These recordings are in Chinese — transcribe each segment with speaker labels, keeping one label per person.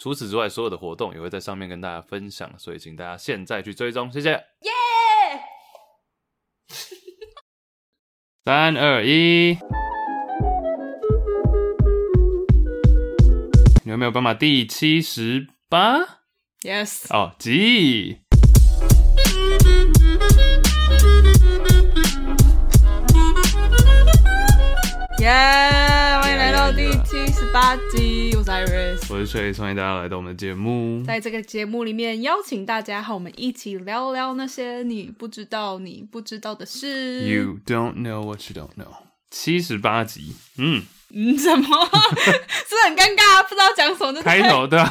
Speaker 1: 除此之外，所有的活动也会在上面跟大家分享，所以请大家现在去追踪，谢谢。
Speaker 2: 耶！
Speaker 1: 三二一，你有没有办法？第七十八
Speaker 2: Yes，
Speaker 1: 哦，急。
Speaker 2: 耶！欢迎来到第七十八集，我是 Iris。
Speaker 1: 我是崔，欢迎大家来到我们的节目。
Speaker 2: 在这个节目里面，邀请大家和我们一起聊聊那些你不知道、你不知道的事。
Speaker 1: You don't know what you don't know。七十八集，嗯，
Speaker 2: 嗯，什 么？是不是很尴尬、啊，不知道讲什么。对不对
Speaker 1: 开头对啊，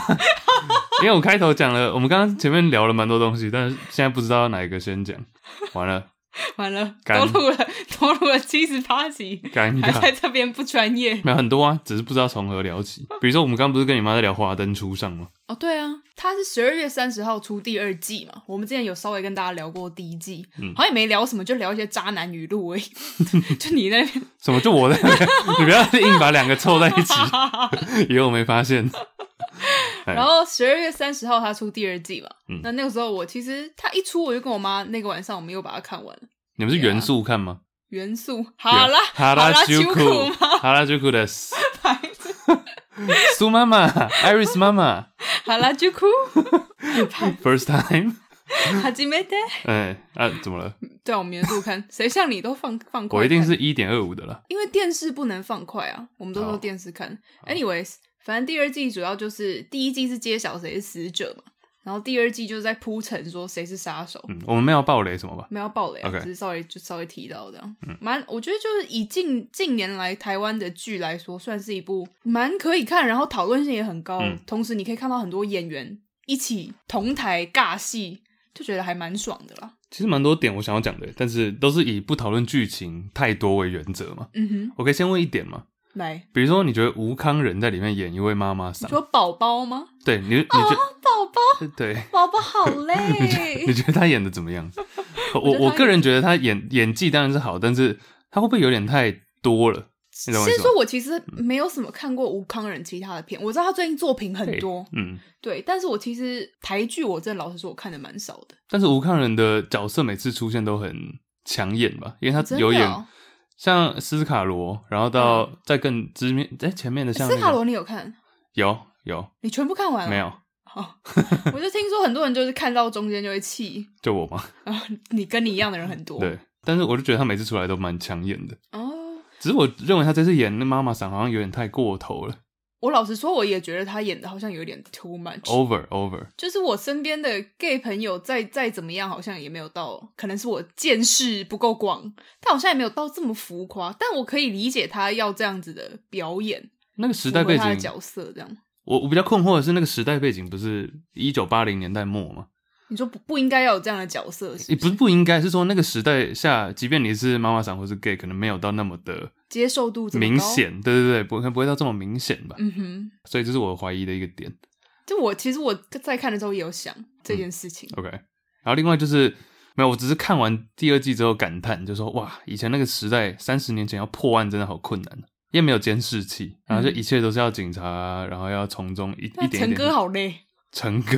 Speaker 1: 因为我开头讲了，我们刚刚前面聊了蛮多东西，但是现在不知道哪一个先讲，完了，
Speaker 2: 完了，
Speaker 1: 干
Speaker 2: 都录了，都录了七十八集，
Speaker 1: 尴
Speaker 2: 还在
Speaker 1: 尬。
Speaker 2: 这边不专业。
Speaker 1: 没有很多啊，只是不知道从何聊起。比如说，我们刚刚不是跟你妈在聊《华灯初上》吗？
Speaker 2: 哦，对啊，它是十二月三十号出第二季嘛。我们之前有稍微跟大家聊过第一季，好像也没聊什么，就聊一些渣男语录而已。就你那边，
Speaker 1: 什么？就我的， 你不要硬把两个凑在一起， 以为我没发现。哎
Speaker 2: 然后十二月三十号它出第二季嘛。那那个时候我其实它一出我就跟我妈那个晚上我们又把它看完了。
Speaker 1: 你们是元素看吗？
Speaker 2: 元素好啦，
Speaker 1: 哈
Speaker 2: 啊好啦，
Speaker 1: 拉
Speaker 2: 秋
Speaker 1: 久
Speaker 2: 裤
Speaker 1: 库，
Speaker 2: 吗？
Speaker 1: 哈拉久库的苏
Speaker 2: 白 痴
Speaker 1: 妈妈，Iris 妈妈
Speaker 2: 好啦，秋裤，
Speaker 1: ，First time，
Speaker 2: 哈基梅德。
Speaker 1: 哎啊，怎么了？
Speaker 2: 对啊，我们元素看，谁像你都放放快看，
Speaker 1: 我一定是一点二五的啦。
Speaker 2: 因为电视不能放快啊，我们都
Speaker 1: 好
Speaker 2: 说电视看。Anyways，反正第二季主要就是第一季是揭晓谁是死者嘛，然后第二季就是在铺陈说谁是杀手。
Speaker 1: 嗯，我们没有暴雷什么吧？
Speaker 2: 没有暴雷、啊
Speaker 1: OK 嗯
Speaker 2: 只是稍微就稍微提到这样，蛮、我觉得就是以近近年来台湾的剧来说，算是一部蛮可以看，然后讨论性也很高，
Speaker 1: 嗯
Speaker 2: 同时你可以看到很多演员一起同台尬戏，就觉得还蛮爽的啦。
Speaker 1: 其实蛮多点我想要讲的，但是都是以不讨论剧情太多为原则嘛。
Speaker 2: 嗯哼，
Speaker 1: 我可以先问一点嘛，
Speaker 2: 来，
Speaker 1: 比如说你觉得吴康仁在里面演一位妈妈
Speaker 2: 你
Speaker 1: 桑，
Speaker 2: 说哦宝宝吗？
Speaker 1: 对你，你觉
Speaker 2: 宝宝，
Speaker 1: 得对？
Speaker 2: 宝宝 好
Speaker 1: 你觉你
Speaker 2: 累。
Speaker 1: 觉得他演的怎么 样？我
Speaker 2: 我觉得他
Speaker 1: 我个人觉得他演演技当然是好，但是他会不会有点太多了？你懂我意
Speaker 2: 先
Speaker 1: 思吗？
Speaker 2: 说，我其实没有什么看过吴康仁其他的片，我知道他最近作品很多，
Speaker 1: 嗯，
Speaker 2: 对，但是我其实台剧，我真的老实说，我看的蛮少的。
Speaker 1: 但是吴康仁的角色每次出现都很抢眼吧，因为他
Speaker 2: 真
Speaker 1: 有演
Speaker 2: 的哦嗯
Speaker 1: 像斯卡罗，然后到再更知名在前面的像、那
Speaker 2: 斯
Speaker 1: 个
Speaker 2: 卡罗，你嗯有看？
Speaker 1: 有有
Speaker 2: 你全部看完了？
Speaker 1: 没。有？
Speaker 2: 好，我就听说很多人就是看到中间就会气，
Speaker 1: 就我嘛，
Speaker 2: 然后你跟你一样的人很多。
Speaker 1: 对。但是我就觉得他每次出来都蛮抢眼的，
Speaker 2: 哦，
Speaker 1: 只是我认为他这次演那妈妈桑好像有点太过头了
Speaker 2: 我老实说，我也觉得他演的好像有点 too much。
Speaker 1: ，over over。
Speaker 2: 就是我身边的 gay 朋友再再怎么样，好像也没有到，可能是我见识不够广，但好像也没有到这么浮夸。但我可以理解他要这样子的表演，
Speaker 1: 那个时代背
Speaker 2: 符合他的
Speaker 1: 景，
Speaker 2: 角色这样。
Speaker 1: 我我比较困惑的是那个时代背景不是一九八零年代末吗？
Speaker 2: 你说不不应该要有这样的角色是
Speaker 1: 也
Speaker 2: 不
Speaker 1: 不
Speaker 2: 是
Speaker 1: 是不应该，是说那个时代下，即便你是妈妈桑或是 gay，可能没有到那么的
Speaker 2: 接受度这么高
Speaker 1: 明。显，对对对，不可能不会到这么明显吧。
Speaker 2: 嗯哼，
Speaker 1: 所以这是我怀疑的一个点。
Speaker 2: 就我其实我在看的时候也有想
Speaker 1: 嗯
Speaker 2: 这件事情。
Speaker 1: OK，然后另外就是没有，我只是看完第二季之后感叹，就说哇，以前那个时代，三十年前要破案真的好困难，因为没有监视器，然后就一切都是要警察，然后要从中一一
Speaker 2: 但
Speaker 1: 点一
Speaker 2: 嗯陈哥
Speaker 1: 点。
Speaker 2: 好累，
Speaker 1: 陈哥，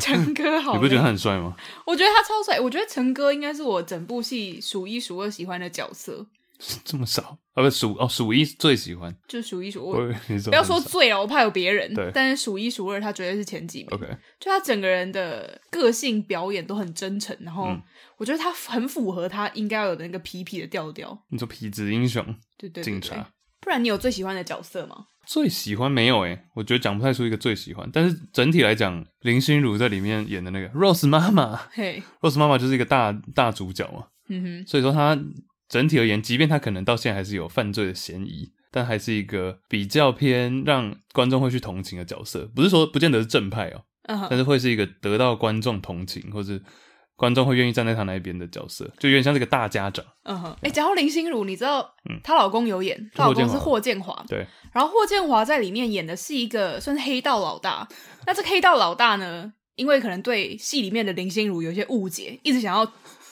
Speaker 2: 陈哥好累。
Speaker 1: 你不觉得他很帅吗？
Speaker 2: 我觉得他超帅，我觉得陈哥应该是我整部戏数一数二喜欢的角色，
Speaker 1: 这么少啊？不，数哦，数一最喜欢。
Speaker 2: 就数一数
Speaker 1: 我以
Speaker 2: 二。
Speaker 1: 为你
Speaker 2: 不要说
Speaker 1: 很少
Speaker 2: 最哦，我怕有别人
Speaker 1: 对，
Speaker 2: 但是数一数二，他绝对是前几名。
Speaker 1: OK，
Speaker 2: 就他整个人的个性表演都很真诚，然后
Speaker 1: 嗯
Speaker 2: 我觉得他很符合他应该要有的那个痞痞的调调。
Speaker 1: 你说痞子英雄
Speaker 2: 对对对
Speaker 1: 警
Speaker 2: 对
Speaker 1: 察。
Speaker 2: 不然你有最喜欢的角色吗？
Speaker 1: 最喜欢没有诶、我觉得讲不太出一个最喜欢，但是整体来讲，林心如在里面演的那个 Rose 妈妈
Speaker 2: 嘿，
Speaker 1: ，Rose 妈妈就是一个大大主角嘛，
Speaker 2: 嗯
Speaker 1: 所以说她整体而言，即便她可能到现在还是有犯罪的嫌疑，但还是一个比较偏让观众会去同情的角色，不是说不见得是正派哦、
Speaker 2: 嗯哼
Speaker 1: 但是会是一个得到观众同情，或是观众会愿意站在他那一边的角色，就有点像这个大家长。
Speaker 2: 嗯哼，哎、讲到林心如，你知道
Speaker 1: 嗯
Speaker 2: 她老公有演，她老公是
Speaker 1: 霍
Speaker 2: 霍建华，
Speaker 1: 对，
Speaker 2: 然后霍建华在里面演的是一个算是黑道老大。那这个黑道老大呢，因为可能对戏里面的林心如有一些误解，一直想要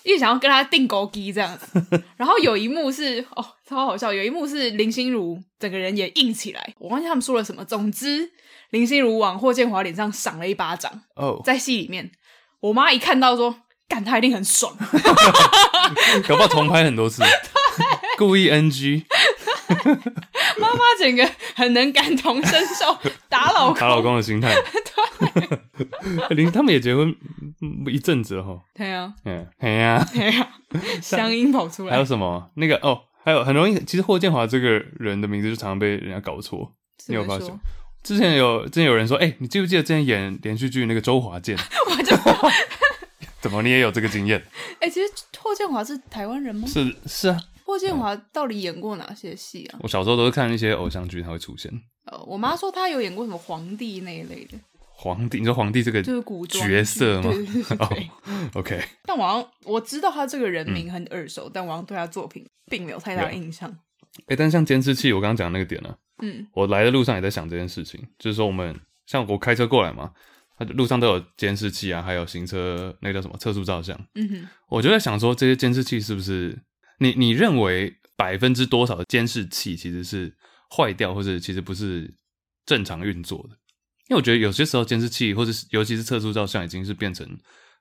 Speaker 2: 一直想要跟他定勾机这样。 然后有一幕是哦，超好笑，有一幕是林心如整个人也硬起来，我忘记他们说了什么。总之，林心如往霍建华脸上赏了一巴掌，
Speaker 1: 哦，
Speaker 2: 在戏里面，我妈一看到说。干他一定很爽，
Speaker 1: 搞不好重拍很多次，故意 NG
Speaker 2: 妈妈整个很能感同身受，打老公，
Speaker 1: 打老公的心态。对， 林他们也结婚嗯一阵子了哈。
Speaker 2: 对啊，
Speaker 1: 嗯，哎呀，
Speaker 2: 对啊，乡音跑出
Speaker 1: 还有
Speaker 2: 来，
Speaker 1: 什么？那个哦，还有很容易，其实霍建华这个人的名字就常被人家搞错。你有
Speaker 2: 怎么
Speaker 1: 发
Speaker 2: 说
Speaker 1: 现？之前有之前有人说，哎、你记不记得之前演连续剧那个周华健？
Speaker 2: 我就
Speaker 1: 怎么你也有这个经验？
Speaker 2: 哎、其实霍建华是台湾人吗？
Speaker 1: 是是啊，
Speaker 2: 霍建华到底演过哪些戏啊？
Speaker 1: 我小时候都是看一些偶像剧，他会出现
Speaker 2: 呃，我妈说她有演过什么皇帝那一类的，
Speaker 1: 皇帝。你说皇帝这个
Speaker 2: 就是古装
Speaker 1: 角色吗哦
Speaker 2: 对对对对对。
Speaker 1: ？OK，
Speaker 2: 但我好像我知道她这个人
Speaker 1: 嗯
Speaker 2: 名很耳熟，但我好像对她作品并没有太大的印象。
Speaker 1: 哎、但像监视器，我刚刚讲的那个点呢、
Speaker 2: 嗯，
Speaker 1: 我来的路上也在想这件事情，就是说我们像我开车过来嘛，它路上都有监视器啊，还有行车那个叫什么测速照相，
Speaker 2: 嗯哼，
Speaker 1: 我就在想说这些监视器是不是你你认为百分之多少的监视器其实是坏掉，或者其实不是正常运作的？因为我觉得有些时候监视器或者是尤其是测速照相已经是变成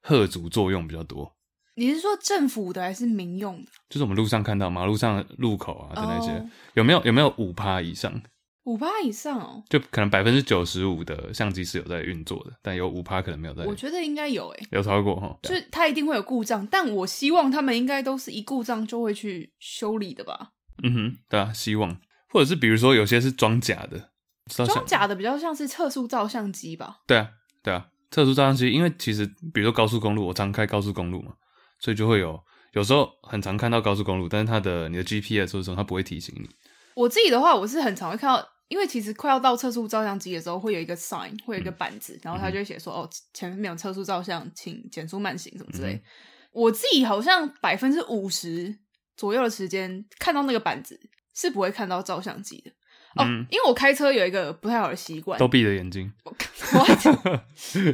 Speaker 1: 贺阻作用比较多，
Speaker 2: 你是说政府的还是民用的？
Speaker 1: 就是我们路上看到马路上路口啊的那些、
Speaker 2: 哦
Speaker 1: 有没有有没有五趴以上？
Speaker 2: 五八以上哦，
Speaker 1: 就可能百分之九十五的相机是有在运作的，但有五趴可能没有在，
Speaker 2: 我觉得应该有诶、
Speaker 1: 有超过哈。
Speaker 2: 就
Speaker 1: 对啊
Speaker 2: 是它一定会有故障，但我希望他们应该都是一故障就会去修理的吧。
Speaker 1: 嗯哼，对啊，希望或者是比如说有些是装假的，不知道
Speaker 2: 装
Speaker 1: 像
Speaker 2: 甲的比较像是测速照相机吧，
Speaker 1: 对啊对啊，特殊照相机，因为其实比如说高速公路，我常开高速公路嘛，所以就会有有时候很常看到高速公路，但是它的你的 GPS 或者什么它不会提醒你，
Speaker 2: 我自己的话，我是很常会看到，因为其实快要到测速照相机的时候，会有一个 sign，
Speaker 1: 嗯
Speaker 2: 会有一个板子，然后他就会写说，哦，前面有测速照相，请减速慢行什么之类。
Speaker 1: 嗯
Speaker 2: 我自己好像百分之五十左右的时间看到那个板子是不会看到照相机的。哦，
Speaker 1: 嗯
Speaker 2: 因为我开车有一个不太好的习惯，
Speaker 1: 都闭着眼睛，
Speaker 2: 我就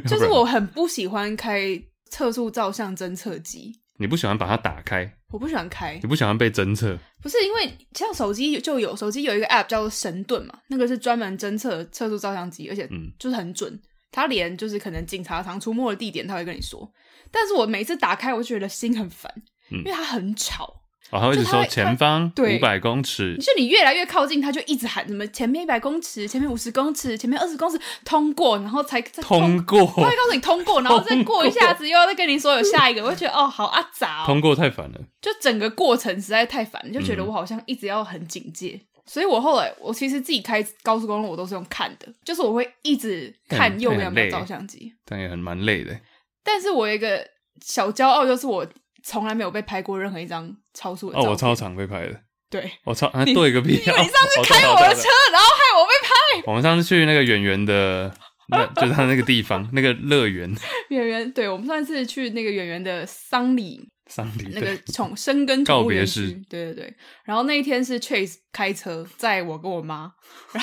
Speaker 1: 就是
Speaker 2: 我很不喜欢开测速照相侦测机，
Speaker 1: 你不喜欢把它打开，
Speaker 2: 我不喜欢开
Speaker 1: 你。不喜欢被侦测，
Speaker 2: 不是因为像手机就有手机有一个 app 叫做神盾嘛，那个是专门侦测测速照相机，而且
Speaker 1: 嗯
Speaker 2: 就是很准。它连就是可能警察常出没的地点，它会跟你说。但是我每次打开，我就觉得心很烦，
Speaker 1: 嗯
Speaker 2: 因为它很吵。
Speaker 1: 哦，它会一直
Speaker 2: 就它
Speaker 1: 说
Speaker 2: 会
Speaker 1: 前方
Speaker 2: 对
Speaker 1: 五百公尺
Speaker 2: 你，就你越来越靠近，它就一直喊什么前面一百公尺，前面五十公尺，前面二十公尺通过，然后才再
Speaker 1: 通
Speaker 2: 过。
Speaker 1: 过，
Speaker 2: 它会告诉你通过，然后再过一下子，又要再跟你说有下一个，我就觉得哦，好阿杂哦。
Speaker 1: 通过太烦了。
Speaker 2: 就整个过程实在太烦，了，就觉得
Speaker 1: 嗯
Speaker 2: 我好像一直要很警戒。所以我后来，我其实自己开高速公路，我都是用看的，就是我会一直看
Speaker 1: 嗯
Speaker 2: 右边有没有
Speaker 1: 那很
Speaker 2: 照
Speaker 1: 累
Speaker 2: 相机。
Speaker 1: 但也很蛮累的。
Speaker 2: 但是我有一个小骄傲，就是我从来没有被拍过任何一张超速的
Speaker 1: 哦，
Speaker 2: 照片。
Speaker 1: 我超常被拍的，
Speaker 2: 对，
Speaker 1: 我超啊
Speaker 2: 你
Speaker 1: 对个屁
Speaker 2: 因
Speaker 1: 啊！
Speaker 2: 为你上次
Speaker 1: 哦
Speaker 2: 开我的车，，然后害我被
Speaker 1: 对对对我们上次去那个演员的，那 就是他那个地方那个乐园
Speaker 2: 拍。演员，对我们上一次去那个演员的丧礼，
Speaker 1: 上帝
Speaker 2: 那个
Speaker 1: 对
Speaker 2: 宠生根宠物园区
Speaker 1: 告别式，
Speaker 2: 对对对。然后那一天是 Chase 开车载我跟我妈，然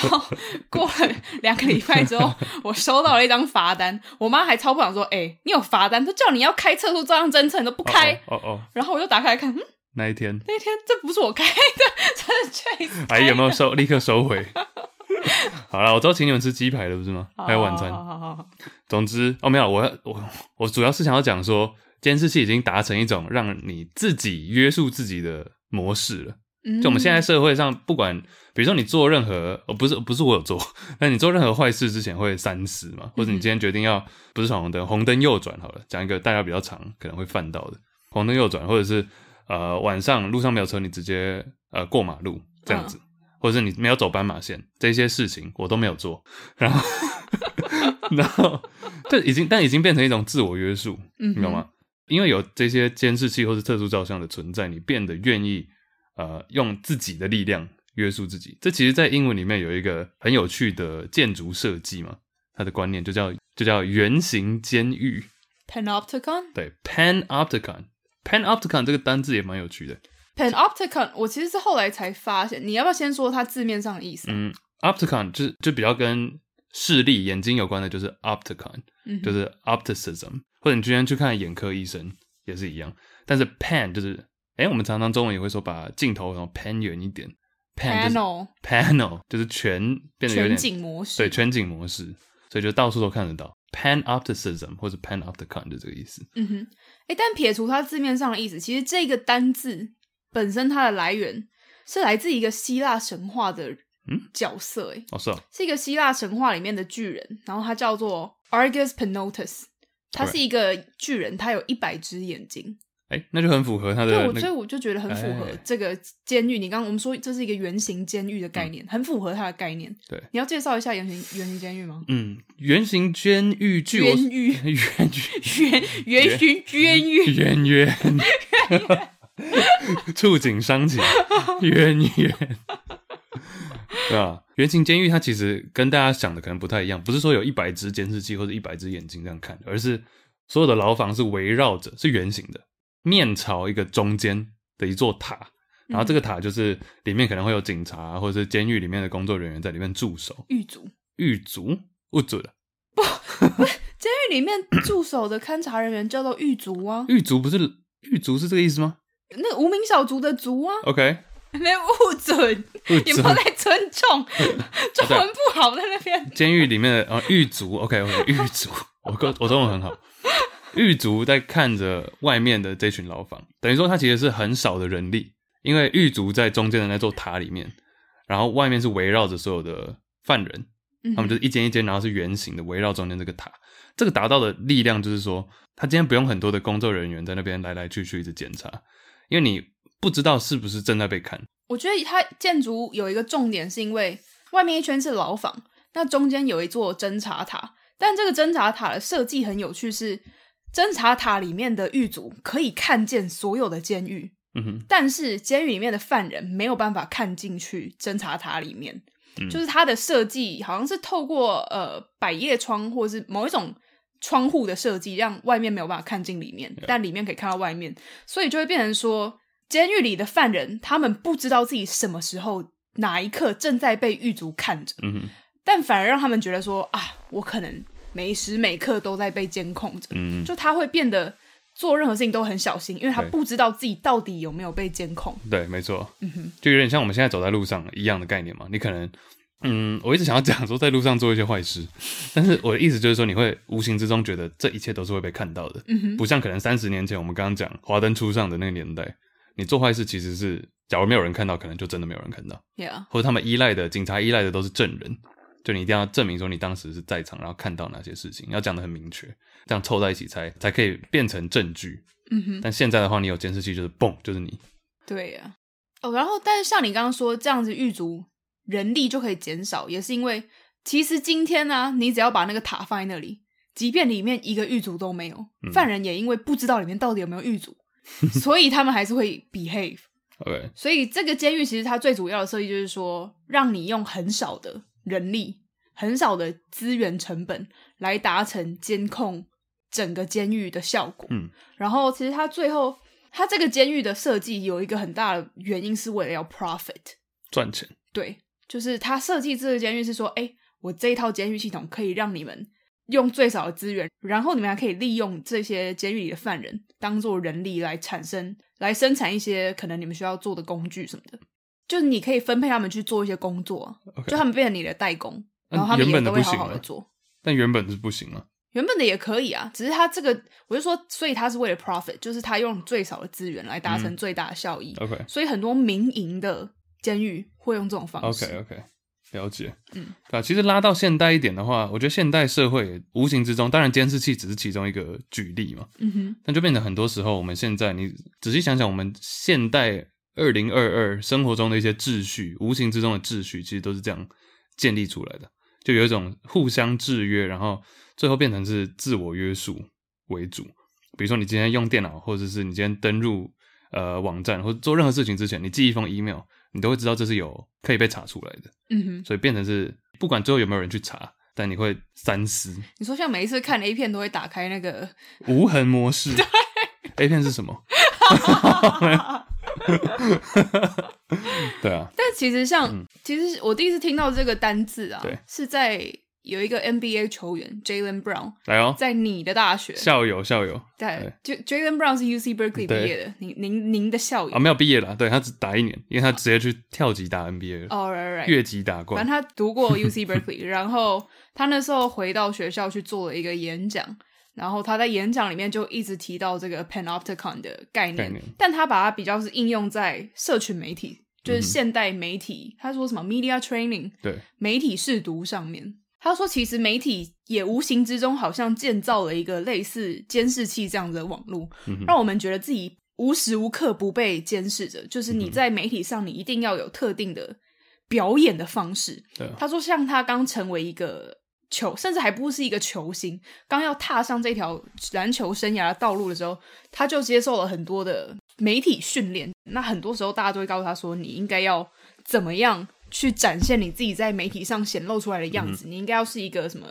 Speaker 2: 后过了两个礼拜之后，我收到了一张罚单，我妈还超不爽说：“哎、你有罚单？她叫你要开测速照相侦测，你都不开。
Speaker 1: 哦哦哦哦，
Speaker 2: 然后我就打开来看，嗯，
Speaker 1: 那一天，
Speaker 2: 那天这不是我开的， 这是 Chase 开
Speaker 1: 哎
Speaker 2: 的。
Speaker 1: 有没有收？立刻收 回。好了，我知道请你们吃鸡排了，不是吗？
Speaker 2: 好？
Speaker 1: 还有晚
Speaker 2: 好
Speaker 1: 餐。
Speaker 2: 哦好好好
Speaker 1: 总之，哦，没有，我要我我主要是想要讲说，监视器已经达成一种让你自己约束自己的模式了。
Speaker 2: 嗯
Speaker 1: 就我们现在社会上，不管比如说你做任何，呃，不是不是我有做，那你做任何坏事之前会三思嘛，或者你今天决定要不是闯红灯，红灯右转好了，讲一个大家比较常可能会犯到的，红灯右转，或者是呃晚上路上没有车，你直接呃过马路这样子，或者是你没有走斑马线这些事情，我都没有做，然后 然后 这已经但已经变成一种自我约束，
Speaker 2: 嗯哼
Speaker 1: 你懂吗？因为有这些监视器或是特殊照相的存在，你变得愿意呃用自己的力量约束自己。这其实，在英文里面有一个很有趣的建筑设计嘛，他的观念就叫就叫圆形监狱。
Speaker 2: 嗯 Panopticon
Speaker 1: 对，panopticon，panopticon 这个单字也蛮有趣的。
Speaker 2: Panopticon，我其实是后来才发现。你要不要先说它字面上的意思？啊
Speaker 1: 嗯，opticon 就是就比较跟视力、眼睛有关的，就是 opticon，、
Speaker 2: 嗯哼
Speaker 1: 就是 opticism，或者你今天去看眼科医生也是一样。但是 pan 就是，哎、我们常常中文也会说把镜头然后 pan 远一点，pan 就是
Speaker 2: panel
Speaker 1: panel 就是全变得有
Speaker 2: 全
Speaker 1: 点
Speaker 2: 景模式。
Speaker 1: 对全景模式，所以就到处都看得到。panopticism 或者 panopticon 就这个意思。
Speaker 2: 嗯哼，哎，但撇除它字面上的意思，其实这个单字本身它的来源是来自一个希腊神话的
Speaker 1: 嗯
Speaker 2: 角色，哎、
Speaker 1: 哦，是哦，
Speaker 2: 是一个希腊神话里面的巨人，然后他叫做 Argus Penotus，他
Speaker 1: Alright
Speaker 2: 是一个巨人，他有一百只眼睛。
Speaker 1: 哎、那就很符合他的
Speaker 2: 对，我
Speaker 1: 那
Speaker 2: 所以
Speaker 1: 个
Speaker 2: 我就觉得很符合
Speaker 1: 哎
Speaker 2: 这个监狱。你刚刚我们说这是一个圆形监狱的概念，很符合它的概念。
Speaker 1: 嗯对
Speaker 2: 你要介绍一下圆形圆形监狱吗？
Speaker 1: 嗯，圆形监狱，据我
Speaker 2: 监狱
Speaker 1: 圆狱
Speaker 2: 圆 圆形 监狱，
Speaker 1: 圆圆， 触景伤情，圆圆。对啊，圆形监狱它其实跟大家想的可能不太一样，不是说有一百只监视器或者一百只眼睛这样看，而是所有的牢房是围绕着是圆形的，面朝一个中间的一座塔，然后这个塔就是里面可能会有警察啊或者是监狱里面的工作人员在里面驻守，
Speaker 2: 狱卒。
Speaker 1: 狱卒不准
Speaker 2: 监狱里面驻守的勘察人员叫做狱卒啊，
Speaker 1: 狱卒不是狱卒是这个意思吗
Speaker 2: 那个无名小卒的卒啊，
Speaker 1: ？OK，
Speaker 2: 那误 准，
Speaker 1: 狱
Speaker 2: 也
Speaker 1: 卒
Speaker 2: 不要在尊 重，中文不好在那边。
Speaker 1: 监狱里面的啊狱卒，OK OK 狱卒， 我跟我中文很好。狱卒在看着外面的这群牢房，等于说他其实是很少的人力，因为狱卒在中间的那座塔里面，然后外面是围绕着所有的犯人，
Speaker 2: 嗯
Speaker 1: 他们就是一间一间，然后是圆形的围绕中间这个塔。这个达到的力量就是说，他今天不用很多的工作人员在那边来来去去一直检查，因为你不知道是不是正在被看。
Speaker 2: 我觉得它建筑有一个重点，是因为外面一圈是牢房，那中间有一座侦察塔。但这个侦察塔的设计很有趣是，侦察塔里面的狱卒可以看见所有的监狱，
Speaker 1: 嗯哼，
Speaker 2: 但是监狱里面的犯人没有办法看进去侦察塔里面，
Speaker 1: 嗯
Speaker 2: 就是它的设计好像是透过呃百叶窗或是某一种窗户的设计，让外面没有办法看进里面，但里面可以看到外面，所以就会变成说，监狱里的犯人他们不知道自己什么时候哪一刻正在被狱卒看着，
Speaker 1: 嗯哼，
Speaker 2: 但反而让他们觉得说啊，我可能每时每刻都在被监控着，
Speaker 1: 嗯，
Speaker 2: 就他会变得做任何事情都很小心，因为他
Speaker 1: 对
Speaker 2: 不知道自己到底有没有被监控。
Speaker 1: 对，没错。
Speaker 2: 嗯哼，
Speaker 1: 就有点像我们现在走在路上一样的概念嘛。你可能，嗯，我一直想要讲说在路上做一些坏 事，但是我的意思就是说，你会无形之中觉得这一切都是会被看到的，
Speaker 2: 嗯哼，
Speaker 1: 不像可能三十年前我们刚刚讲华灯初上的那个年代，你做坏事其实是假如没有人看到，可能就真的没有人看到，
Speaker 2: yeah，
Speaker 1: 或者他们依赖的警察依赖的都是证人。就你一定要证明说你当时是在场，然后看到哪些事情，要讲的很明确，这样凑在一起才才可以变成证据。
Speaker 2: 嗯哼，
Speaker 1: 但现在的话，你有监视器就是嘣，就是你，
Speaker 2: 对呀、哦，然后但是像你刚刚说这样子，狱卒人力就可以减少，也是因为其实今天呢、你只要把那个塔放在那里，即便里面一个狱卒都没有，
Speaker 1: 嗯
Speaker 2: 犯人也因为不知道里面到底有没有 狱卒，所以他们还是会 behave。
Speaker 1: OK，
Speaker 2: 所以这个监狱其实它最主要的设计就是说，让你用很少的人力、很少的资源成本来达成监控整个监狱的效果。
Speaker 1: 嗯，
Speaker 2: 然后其实它最后，它这个监狱的设计有一个很大的原因是为了要 profit，
Speaker 1: 赚钱，
Speaker 2: 对，就是它设计这个监狱是说，哎，我这一套监狱系统可以让你们。用最少的资源，然后你们还可以利用这些监狱里的犯人当做人力来产生、来生产一些可能你们需要做的工具什么的，就是你可以分配他们去做一些工作
Speaker 1: OK
Speaker 2: 就他们变成你的代工，
Speaker 1: 那
Speaker 2: 然后他们
Speaker 1: 原
Speaker 2: 也
Speaker 1: 本的
Speaker 2: 都会
Speaker 1: 不
Speaker 2: 好
Speaker 1: 行
Speaker 2: 好的
Speaker 1: 吗
Speaker 2: 做。
Speaker 1: 但原本是不行啊。
Speaker 2: 原本的也可以啊，只是他这个，我就说，所以他是为了 profit，就是他用最少的资源来达成
Speaker 1: 嗯
Speaker 2: 最大的效益。
Speaker 1: OK，
Speaker 2: 所以很多民营的监狱会用这种方式。
Speaker 1: OK OK，了解。
Speaker 2: 嗯，
Speaker 1: 对啊，其实拉到现代一点的话，我觉得现代社会也无形之中，当然监视器只是其中一个举例嘛，
Speaker 2: 嗯哼，
Speaker 1: 但就变成很多时候，我们现在你仔细想想，我们现代二零二二生活中的一些秩序，无形之中的秩序，其实都是这样建立出来的，就有一种互相制约，然后最后变成是自我约束为主。比如说，你今天用电脑，或者是你今天登入呃网站，或者做任何事情之前，你寄一封 email，你都会知道这是有可以被查出来的。
Speaker 2: 嗯哼，
Speaker 1: 所以变成是不管最后有没有人去查，但你会三思。
Speaker 2: 你说像每一次看 A 片都会打开那个，
Speaker 1: 无痕模 式。A 片是什么？ 对啊，
Speaker 2: 但其实像、其实我第一次听到这个单字啊
Speaker 1: 对，
Speaker 2: 是在有一个 NBA 球员 Jalen Brown
Speaker 1: 来哦，
Speaker 2: 在你的大学，
Speaker 1: 校友校友
Speaker 2: 在就 Jalen Brown 是 UC Berkeley
Speaker 1: 对
Speaker 2: 毕业的，您您您的校友
Speaker 1: 啊，没有毕业了，对他只打一年，因为他直接去跳级打 NBA 了，
Speaker 2: 哦、right right，
Speaker 1: 越级打
Speaker 2: 反
Speaker 1: 怪
Speaker 2: 正。他读过 UC Berkeley，然后他那时候回到学校去做了一个演讲，然后他在演讲里面就一直提到这个 panopticon 的概念，
Speaker 1: 概念
Speaker 2: 但他把它比较是应用在社群媒体，就是
Speaker 1: 嗯哼
Speaker 2: 现代媒体，他说什么 media training
Speaker 1: 对，
Speaker 2: 媒体试读上面。他说：“其实媒体也无形之中好像建造了一个类似监视器这样的网络，
Speaker 1: 嗯哼
Speaker 2: 让我们觉得自己无时无刻不被监视着。就是
Speaker 1: 嗯
Speaker 2: 你在媒体上，你一定要有特定的表演的方式，
Speaker 1: 对啊，
Speaker 2: 他说，像他刚成为一个球，甚至还不是一个球星，刚要踏上这条篮球生涯的道路的时候，他就接受了很多的媒体训练。那很多时候，大家都会告诉他说，你应该要怎么样去展现你自己在媒体上显露出来的样子，你应该要是一个什么。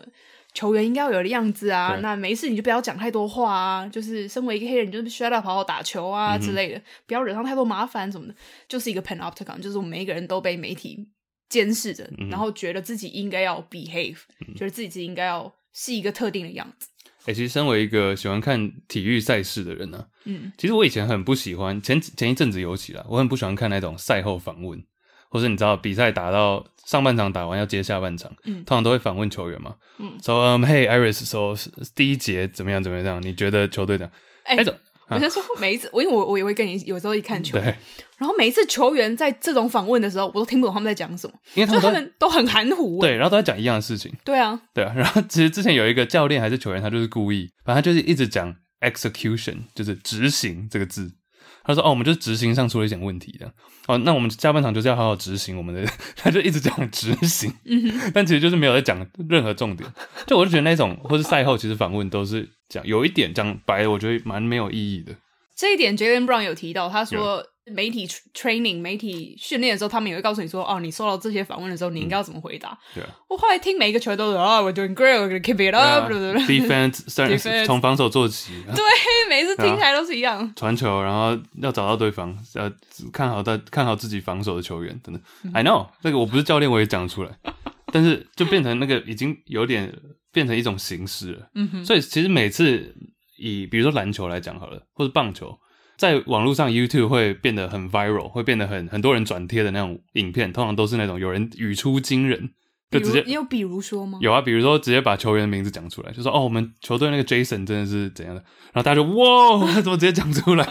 Speaker 2: 球员应该要有的样子
Speaker 1: 嗯
Speaker 2: 啊
Speaker 1: 对，
Speaker 2: 那没事你就不要讲太多话啊，就是身为一个黑人，你就是 shut up 好好打球啊
Speaker 1: 嗯哼
Speaker 2: 之类的，不要惹上太多麻烦什么的，就是一个 panopticon，就是我们每一个人都被媒体监视着，
Speaker 1: 嗯
Speaker 2: 然后觉得自己应该要 behave，、觉得自己应该要是一个特定的样子。
Speaker 1: 哎，其实身为一个喜欢看体育赛事的人呢，
Speaker 2: 嗯，
Speaker 1: 其实我以前很不喜欢，前前一阵子尤其啦，我很不喜欢看那种赛后访问，或是你知道比赛打到上半场打完要接下半场，
Speaker 2: 嗯
Speaker 1: 通常都会访问球员嘛，
Speaker 2: 嗯
Speaker 1: ，so um hey Iris，so 第一节怎么样怎么样？你觉得球队怎样？
Speaker 2: 哎、
Speaker 1: 哎、怎
Speaker 2: 我先说每一次，我因为我我也会跟你有时候一看球，
Speaker 1: 对，
Speaker 2: 然后每一次球员在这种访问的时候，我都听不懂他们在讲什么，
Speaker 1: 因为他们
Speaker 2: 就他
Speaker 1: 都
Speaker 2: 们都很含糊。
Speaker 1: 对，然后都在讲一样的事情，
Speaker 2: 对啊，
Speaker 1: 对啊。然 后其实之前有一个教练还是球员，他就是故意，反正他就是一直讲 execution，就是执行这个字。他说：“哦，我们就是执行上出了一点问题的。哦，那我们下半场就是要好好执行我们的。” 他就一直讲执行，
Speaker 2: 嗯
Speaker 1: 但其实就是没有在讲任何重点。就我就觉得那种或是赛后其实访问都是讲有一点讲白了，我觉得蛮没有意义的。
Speaker 2: 这一点 Jalen Brown 有提到，他说。媒体 tra- training、媒体训练的时候，他们也会告诉你说：“哦，你收到这些访问的时候，
Speaker 1: 嗯
Speaker 2: 你应该要怎么回答。
Speaker 1: 对啊
Speaker 2: 我后来听每一个球员都是：“哦，we're doing great, we're gonna keep
Speaker 1: 对
Speaker 2: it
Speaker 1: 啊
Speaker 2: up、对不对？
Speaker 1: ，defense 当然是
Speaker 2: Defense
Speaker 1: 从防守做起， 啊
Speaker 2: 对，每一次听起来都是一样。
Speaker 1: 传球，然后要找到对方，呃，看好他看好自己防守的球员等等。I
Speaker 2: 嗯
Speaker 1: know，这个我不是教练，我也讲出 来，但是就变成那个已经有点变成一种形式了。
Speaker 2: 嗯哼，
Speaker 1: 所以其实每次以比如说篮球来讲好了，或者棒球，在网络上 YouTube 会变得很 viral，会变得很很多人转贴的那种影片，通常都是那种有人语出惊人，啊就直
Speaker 2: 比
Speaker 1: 接
Speaker 2: 如你有比如说吗？
Speaker 1: 有啊，比如说直接把球员的名字讲出来，就说哦，我们球队那个 Jason 真的是怎样的，然后大家就哇， 他怎么直接讲出来？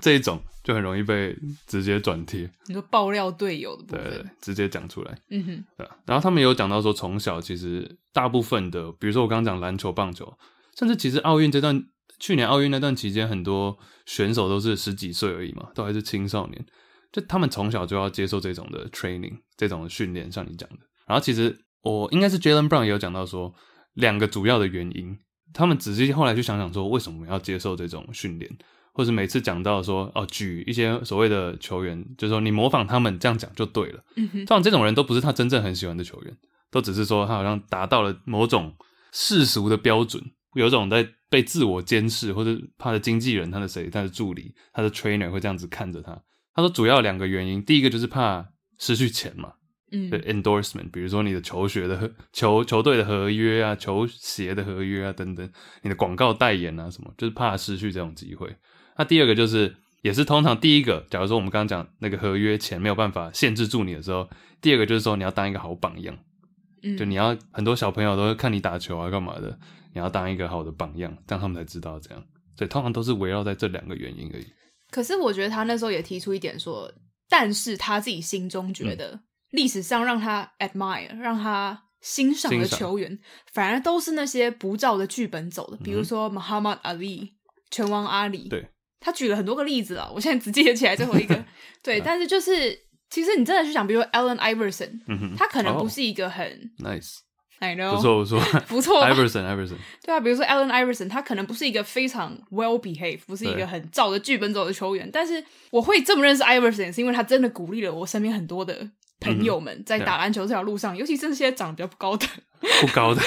Speaker 1: 这一种就很容易被直接转贴，
Speaker 2: 你说爆料队友的部
Speaker 1: 对对，对
Speaker 2: 分，
Speaker 1: 直接讲出来。
Speaker 2: 嗯哼，
Speaker 1: 对啊，然后他们也有讲到说，从小其实大部分的，比如说我刚刚讲篮球、棒球，甚至其实奥运这段，去年奥运那段期间，很多选手都是十几岁而已嘛，都还是青少年，就他们从小就要接受这种的 training，这种的训练，像你讲的。然后其实我应该是 Jalen Brown 也有讲到说，两个主要的原因，他们仔细后来去想想说，为什么我们要接受这种训练，或是每次讲到说，哦，举一些所谓的球员，就是说你模仿他们这样讲就对了。
Speaker 2: 嗯哼，
Speaker 1: 通常这种人都不是他真正很喜欢的球员，都只是说他好像达到了某种世俗的标准，有一种在被自我监视，或者他的经纪人、他的谁、他的助理、他的 trainer 会这样子看着他。他说主要两个原因，第一个就是怕失去钱嘛，
Speaker 2: 嗯
Speaker 1: 对 endorsement，比如说你的球学的合球球队的合约啊、球鞋的合约啊等等，你的广告代言啊什么，就是怕失去这种机会。那第二个就是，也是通常第一个，假如说我们刚刚讲那个合约钱没有办法限制住你的时候，第二个就是说你要当一个好榜样，
Speaker 2: 嗯
Speaker 1: 就你要很多小朋友都会看你打球啊干嘛的，你要当一个好的榜样，这样他们才知道这样。所以通常都是围绕在这两个原因而已。
Speaker 2: 可是我觉得他那时候也提出一点说，但是他自己心中觉
Speaker 1: 嗯
Speaker 2: 得，历史上让他 admire、让他欣赏的
Speaker 1: 欣赏
Speaker 2: 球员，反而都是那些不照着剧本走的，比如说 Muhammad Ali、拳王阿里。
Speaker 1: 嗯对，
Speaker 2: 他举了很多个例子啊，我现在只记得起来最后一 个。
Speaker 1: 嗯
Speaker 2: 对，但是就是其实你真的去想，比如说 Allen Iverson，
Speaker 1: 嗯哼，
Speaker 2: 他可哦能不
Speaker 1: 哦
Speaker 2: 是一个很、
Speaker 1: nice，
Speaker 2: I
Speaker 1: 不
Speaker 2: know
Speaker 1: 错不错
Speaker 2: 不错吧
Speaker 1: ，Iverson，Iverson，
Speaker 2: 对啊，比如说 Allen Iverson，他可能不是一个非常 well behaved，不是一
Speaker 1: 对
Speaker 2: 个很照着剧本走的球员，但是我会这么认识 Iverson，也是因为他真的鼓励了我身边很多的朋友们在
Speaker 1: 嗯对
Speaker 2: 打篮球这条路上，尤其是这些长得比较不高的，
Speaker 1: 不高的。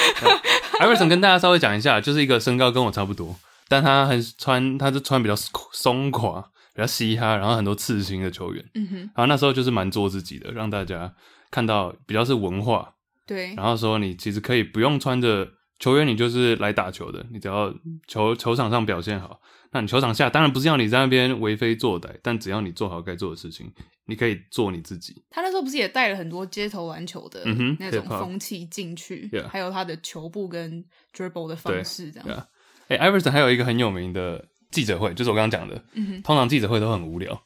Speaker 1: 艾瑞森跟大家稍微讲一下，就是一个身高跟我差不多，但他很穿，他是穿比较松垮、比较嘻哈，然后很多刺青的球员。
Speaker 2: 嗯哼，
Speaker 1: 然后那时候就是蛮做自己的，让大家看到比较是文化，
Speaker 2: 对，
Speaker 1: 然后说你其实可以不用穿着球员，你就是来打球的，你只要球 球场上表现好，那你球场下当然不是要你在那边为非作歹，但只要你做好该做的事情，你可以做你自己。
Speaker 2: 他那时候不是也带了很多街头篮球的
Speaker 1: 嗯哼
Speaker 2: 那种
Speaker 1: hip-hop
Speaker 2: 风气进去
Speaker 1: Yeah
Speaker 2: 还有他的球步跟 dribble 的方式这样。
Speaker 1: 对啊，哎、艾 i v e r s o n 还有一个很有名的记者会，就是我刚刚讲的，
Speaker 2: 嗯哼，
Speaker 1: 通常记者会都很无聊，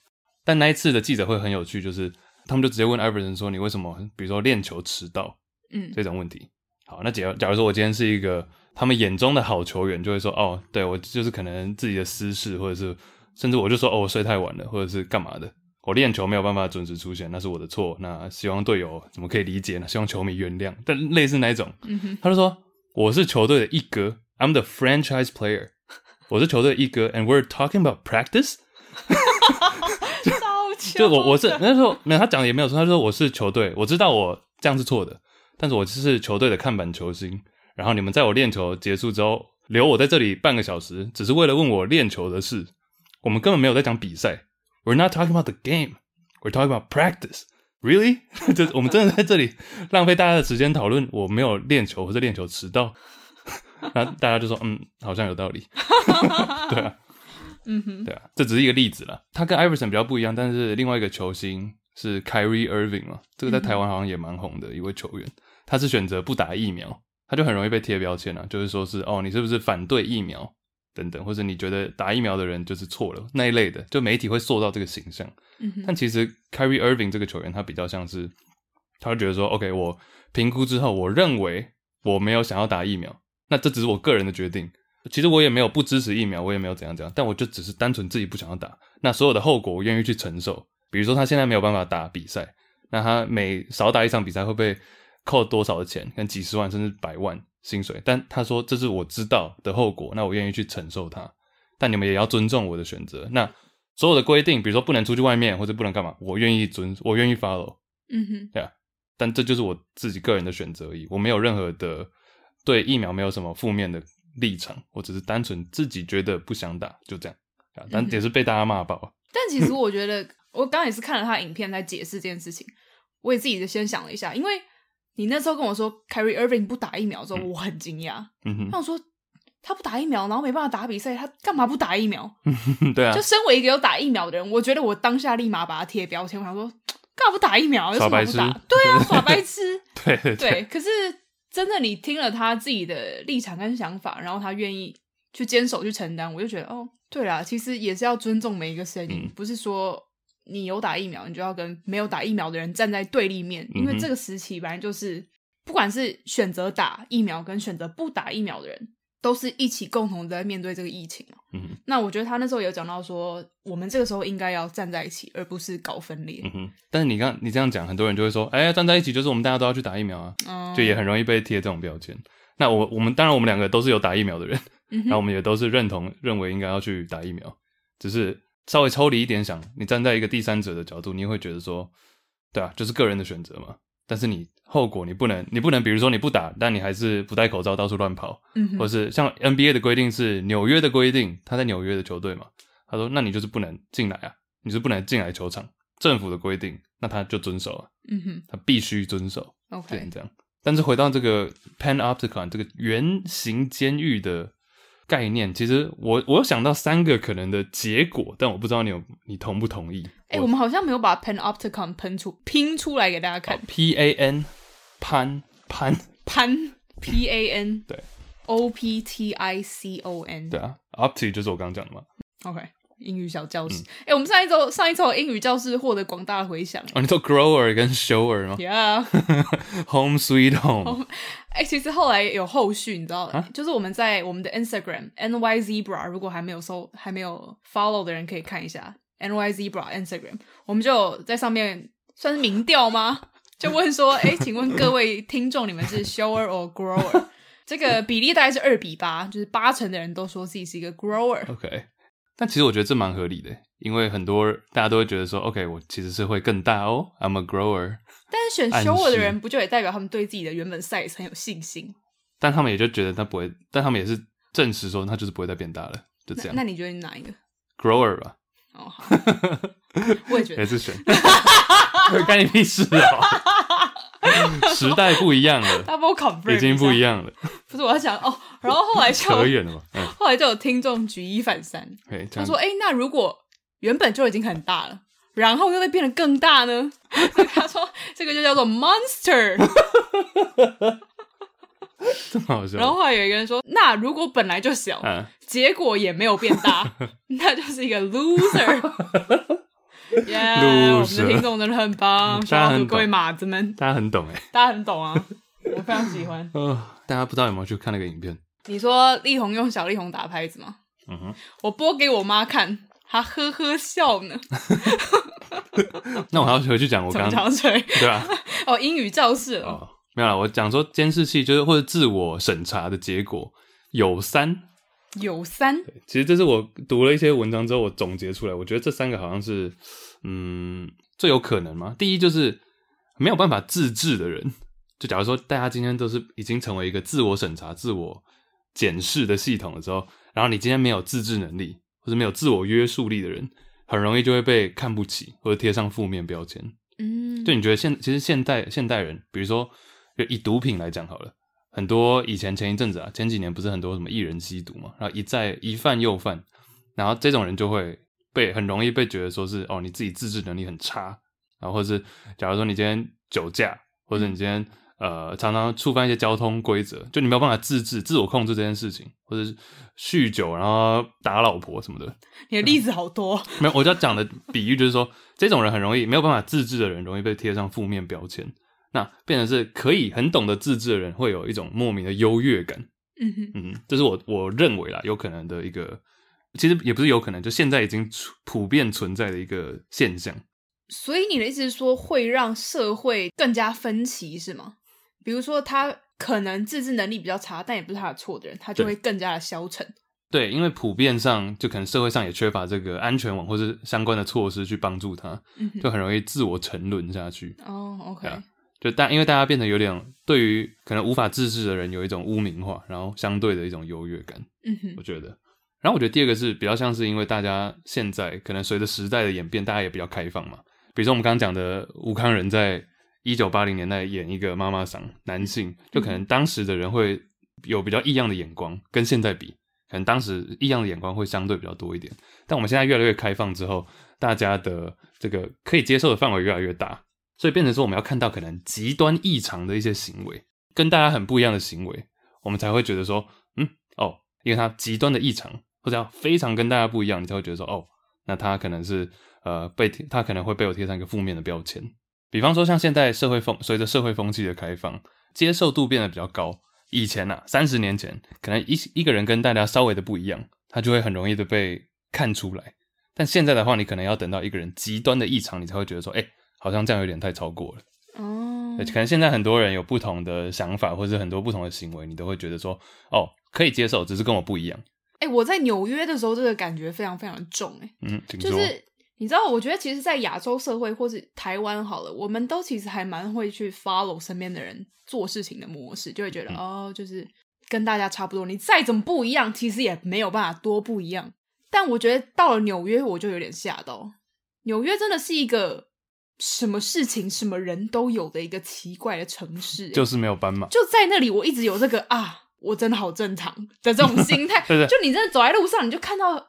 Speaker 1: 但那一次的记者会很有趣，就是他们就直接问艾 i v e r s o n 说：“你为什么，比如说练球迟到
Speaker 2: 嗯，
Speaker 1: 这种问题？”好，那假如假如说我今天是一个他们眼中的好球员，就会说：“哦，对我就是可能自己的私事，或者是甚至我就说哦，我睡太晚了，或者是干嘛的。”我练球没有办法准时出现，那是我的错。那希望队友怎么可以理解呢？希望球迷原谅。但类似那一种，
Speaker 2: 嗯哼，
Speaker 1: 他就说：“我是球队的一哥，I'm the franchise player，我是球队的一哥，and we're talking about practice。”
Speaker 2: 超强。
Speaker 1: 就我我是那时候没有他讲的也没有错，他说我是球队，我知道我这样是错的，但是我是球队的看板球星。然后你们在我练球结束之后留我在这里半个小时，只是为了问我练球的事。我们根本没有在讲比赛，We're not talking about the game, we're talking about practice. Really？就是 我们真的在这里浪费大家的时间讨论我没有练球或者练球迟到。 然后大家就说，嗯，好像有道理。对啊，
Speaker 2: 嗯哼，
Speaker 1: 对啊，这只是一个例子啦。他跟 Iverson 比较不一样，但是另外一个球星是 Kyrie Irving 嘛，这个在台湾好像也蛮红的一位球员。他是选择不打疫苗，他就很容易被贴标签啊，就是说是哦，你是不是反对疫苗等等，或者你觉得打疫苗的人就是错了那一类的，就媒体会塑造这个形象。
Speaker 2: 嗯哼，
Speaker 1: 但其实 Kyrie Irving 这个球员，他比较像是，他会觉得说，OK，我评估之后，我认为我没有想要打疫苗，那这只是我个人的决定。其实我也没有不支持疫苗，我也没有怎样怎样，但我就只是单纯自己不想要打。那所有的后果，我愿意去承受。比如说，他现在没有办法打比赛，那他每少打一场比赛会被扣多少的钱，跟几十万甚至百万薪水。但他说这是我知道的后果，那我愿意去承受它。但你们也要尊重我的选择。那所有的规定，比如说不能出去外面或者不能干嘛，我愿意遵，我愿意 follow。
Speaker 2: 嗯哼，
Speaker 1: 但这就是我自己个人的选择而已，我没有任何的对疫苗没有什么负面的立场，我只是单纯自己觉得不想打，就这样。啊但也是被大家骂爆啊。
Speaker 2: 但其实我觉得，我刚刚也是看了他的影片在解释这件事情，我也自己就先想了一下，因为你那时候跟我说 Carrie Irving 不打疫苗之后，我很惊讶，
Speaker 1: 嗯
Speaker 2: 那我说他不打疫苗，然后没办法打比赛，他干嘛不打疫苗？
Speaker 1: 哼， 对啊
Speaker 2: 就，身为一个有打疫苗的人，我觉得我当下立马把他贴标签，我想说干嘛不打疫苗？有什
Speaker 1: 耍
Speaker 2: 么
Speaker 1: 白
Speaker 2: 不
Speaker 1: 痴
Speaker 2: 打？对啊，耍白痴。
Speaker 1: 对对对，
Speaker 2: 对，可是真的，你听了他自己的立场跟想法，然后他愿意去坚守、去承担，我就觉得哦，对啦，其实也是要尊重每一个声音，
Speaker 1: 嗯
Speaker 2: 不是说你有打疫苗，你就要跟没有打疫苗的人站在对立面，
Speaker 1: 嗯
Speaker 2: 因为
Speaker 1: 哼
Speaker 2: 这个时期本来就是，不管是选择打疫苗跟选择不打疫苗的人，都是一起共同在面对这个疫情嘛。
Speaker 1: 嗯
Speaker 2: 那我觉得他那时候有讲到说，我们这个时候应该要站在一起，而不是搞分裂
Speaker 1: 嗯。哼。但是你刚你这样讲，很多人就会说，哎，站在一起就是我们大家都要去打疫苗啊，
Speaker 2: 嗯，
Speaker 1: 就也很容易被贴这种标签。那我我们当然我们两个都是有打疫苗的人，
Speaker 2: 嗯
Speaker 1: 然后我
Speaker 2: 哼，
Speaker 1: 们也都是认同认为应该要去打疫苗，只是稍微抽离一点想，你站在一个第三者的角度，你会觉得说，对啊，就是个人的选择嘛。但是你后果你不能，你不能，比如说你不打，但你还是不戴口罩到处乱跑，
Speaker 2: 嗯
Speaker 1: 或
Speaker 2: 哼，
Speaker 1: 是像 NBA 的规定是纽约的规定，他在纽约的球队嘛，他说那你就是不能进来啊，你是不能进来球场，政府的规定，那他就遵守啊，
Speaker 2: 嗯哼
Speaker 1: 他必须遵守。
Speaker 2: ，OK，
Speaker 1: 对，这样。但是回到这个 panopticon 这个圆形监狱的概念，其实我我有想到三个可能的结果，但我不知道你有你同不同意。
Speaker 2: 哎、我们好像没有把 panopticon 喷出拼出来给大家看。
Speaker 1: P A N 潘潘，
Speaker 2: 潘 P A N
Speaker 1: 对
Speaker 2: O P T I C O N
Speaker 1: 对啊，opti 就是我刚刚讲的嘛。
Speaker 2: OK 英语小教室。哎、我们上一周上一周的英语教室获得广大的回响。
Speaker 1: 哦，你说 grower 跟 shower 吗
Speaker 2: Yeah，
Speaker 1: ？Home sweet home，
Speaker 2: 哎、其实后来有后续，你知道，
Speaker 1: 啊
Speaker 2: 就是我们在我们的 Instagram N Y Zebra，如果还没有搜、还没有 follow 的人，可以看一下 N Y Zebra Instagram，我们就有在上面算是民调吗？就问说，哎、请问各位听众，你们是 shower or grower？这 个比例大概是二比八，就是八成的人都说自己是一个 grower。
Speaker 1: OK，但其实我觉得这蛮合理的，因为很多大家都会觉得说，OK，我其实是会更大哦，I'm a grower，
Speaker 2: 但是选
Speaker 1: 暗
Speaker 2: shower 的
Speaker 1: 示
Speaker 2: 人不就也代表他们对自己的原本 size 很有信心？
Speaker 1: 但他们也就觉得他不会，但他们也是证实说他就是不会再变大了，就这
Speaker 2: 那
Speaker 1: 样
Speaker 2: 那你觉得你哪一个？
Speaker 1: ，grower 吧，
Speaker 2: 哦，好，我也觉
Speaker 1: 也
Speaker 2: 得。
Speaker 1: 是 选， 干你屁事哦，时代不一样了，
Speaker 2: 他帮我 confirm，
Speaker 1: 已经不一
Speaker 2: 样。
Speaker 1: 样了，
Speaker 2: 不是，我要想哦，然后后来就
Speaker 1: 扯远了 嘛，嗯，
Speaker 2: 后来就有听众举一反三，
Speaker 1: 可以这
Speaker 2: 他
Speaker 1: 样
Speaker 2: 说：“哎、那如果原本就已经很大了，然后又再变得更大呢？” 所以他说：“这个就叫做 monster。”
Speaker 1: 这么好笑，
Speaker 2: 然后后来有一个人说：“那如果本来就小，
Speaker 1: 啊，
Speaker 2: 结果也没有变 大，那就是一个 loser。” yeah, 我们
Speaker 1: Loser
Speaker 2: 的听众真的很棒，
Speaker 1: 大家
Speaker 2: 小
Speaker 1: 很
Speaker 2: 主
Speaker 1: 懂
Speaker 2: 各位马子们，
Speaker 1: 大家很懂哎，
Speaker 2: 大家很懂啊，我非常喜欢。
Speaker 1: 呃，大家不知道有没有去看那个影片？
Speaker 2: 你说力宏用小力宏打拍子吗？
Speaker 1: 嗯哼，
Speaker 2: 我播给我妈看，她呵呵笑呢。
Speaker 1: 那我还要回去讲我
Speaker 2: 怎么
Speaker 1: 刚
Speaker 2: 讲嘴？
Speaker 1: 对吧？
Speaker 2: 哦，英语教室了。
Speaker 1: 哦，没有啦，我讲说监视器就是或者自我审查的结果有三。
Speaker 2: 有三
Speaker 1: 其实这是我读了一些文章之后，我总结出来，我觉得这三个好像是，嗯，最有可能嘛。第一就是没有办法自制的人，就假如说大家今天都是已经成为一个自我审查、自我检视的系统了之后，然后你今天没有自制能力或者没有自我约束力的人，很容易就会被看不起或者贴上负面标签。
Speaker 2: 嗯，
Speaker 1: 对，你觉得现其实现代现代人，比如说就以毒品来讲好了，很多以前前一阵子啊，前几年不是很多什么艺人吸毒嘛，然后一再一犯又犯，然后这种人就会被很容易被觉得说是哦你自己自制能力很差，然后或者是假如说你今天酒驾，或者你今天呃常常触犯一些交通规则，就你没有办法自制、自我控制这件事情，或者是酗酒然后打老婆什么的，
Speaker 2: 你的例子好多，
Speaker 1: 没有，我就要讲的比喻就是说，这种人很容易没有办法自制的人，容易被贴上负面标签。那变成是可以很懂得自制的人，会有一种莫名的优越感。
Speaker 2: 嗯哼，
Speaker 1: 嗯，这是我我认为啦，有可能的一个，其实也不是有可能，就现在已经出普遍存在的一个现象。
Speaker 2: 所以你的意思是说会让社会更加分歧是吗？比如说他可能自制能力比较差，但也不是他的错的人，他就
Speaker 1: 对
Speaker 2: 会更加的消沉。
Speaker 1: 对，因为普遍上就可能社会上也缺乏这个安全网或是相关的措施去帮助他，
Speaker 2: 嗯哼，
Speaker 1: 就很容易自我沉沦下去。
Speaker 2: 哦，OK，、
Speaker 1: 对啊就大，因为大家变得有点对于可能无法自制的人有一种污名化，然后相对的一种优越感。
Speaker 2: 嗯哼，
Speaker 1: 我觉得。然后我觉得第二个是比较像是因为大家现在可能随着时代的演变，大家也比较开放嘛。比如说我们刚刚讲的吴康仁在一九八零年代演一个妈妈桑男性，就可能当时的人会有比较异样的眼光，跟现在比，可能当时异样的眼光会相对比较多一点。但我们现在越来越开放之后，大家的这个可以接受的范围越来越大，所以变成说我们要看到可能极端异常的一些行为，跟大家很不一样的行为，我们才会觉得说，嗯，哦，因为他极端的异常，或者要非常跟大家不一样，你才会觉得说，哦，那他可能是呃被贴他可能会被我贴上一个负面的标签。比方说，像现在社会风随着社会风气的开放，接受度变得比较高。以前啊，三十年前，可能一一个人跟大家稍微的不一样，他就会很容易的被看出来。但现在的话，你可能要等到一个人极端的异常，你才会觉得说，哎、好像这样有点太超过了。
Speaker 2: 哦
Speaker 1: 对，可能现在很多人有不同的想法，或者很多不同的行为，你都会觉得说，哦，可以接受，只是跟我不一样。
Speaker 2: 哎、我在纽约的时候，这个感觉非常非常重、哎，
Speaker 1: 嗯，请说。
Speaker 2: 就是你知道，我觉得其实，在亚洲社会或是台湾好了，我们都其实还蛮会去 follow 身边的人做事情的模式，就会觉得、
Speaker 1: 嗯
Speaker 2: 哦，就是跟大家差不多，你再怎么不一样，其实也没有办法多不一样。但我觉得到了纽约，我就有点吓到，纽约真的是一个什么事情、什么人都有的一个奇怪的城市、哎
Speaker 1: 就是没有斑马，。
Speaker 2: 就在那里，我一直有这个啊，我真的好正常的这种心态
Speaker 1: 对对
Speaker 2: 就你真的走在路上，你就看到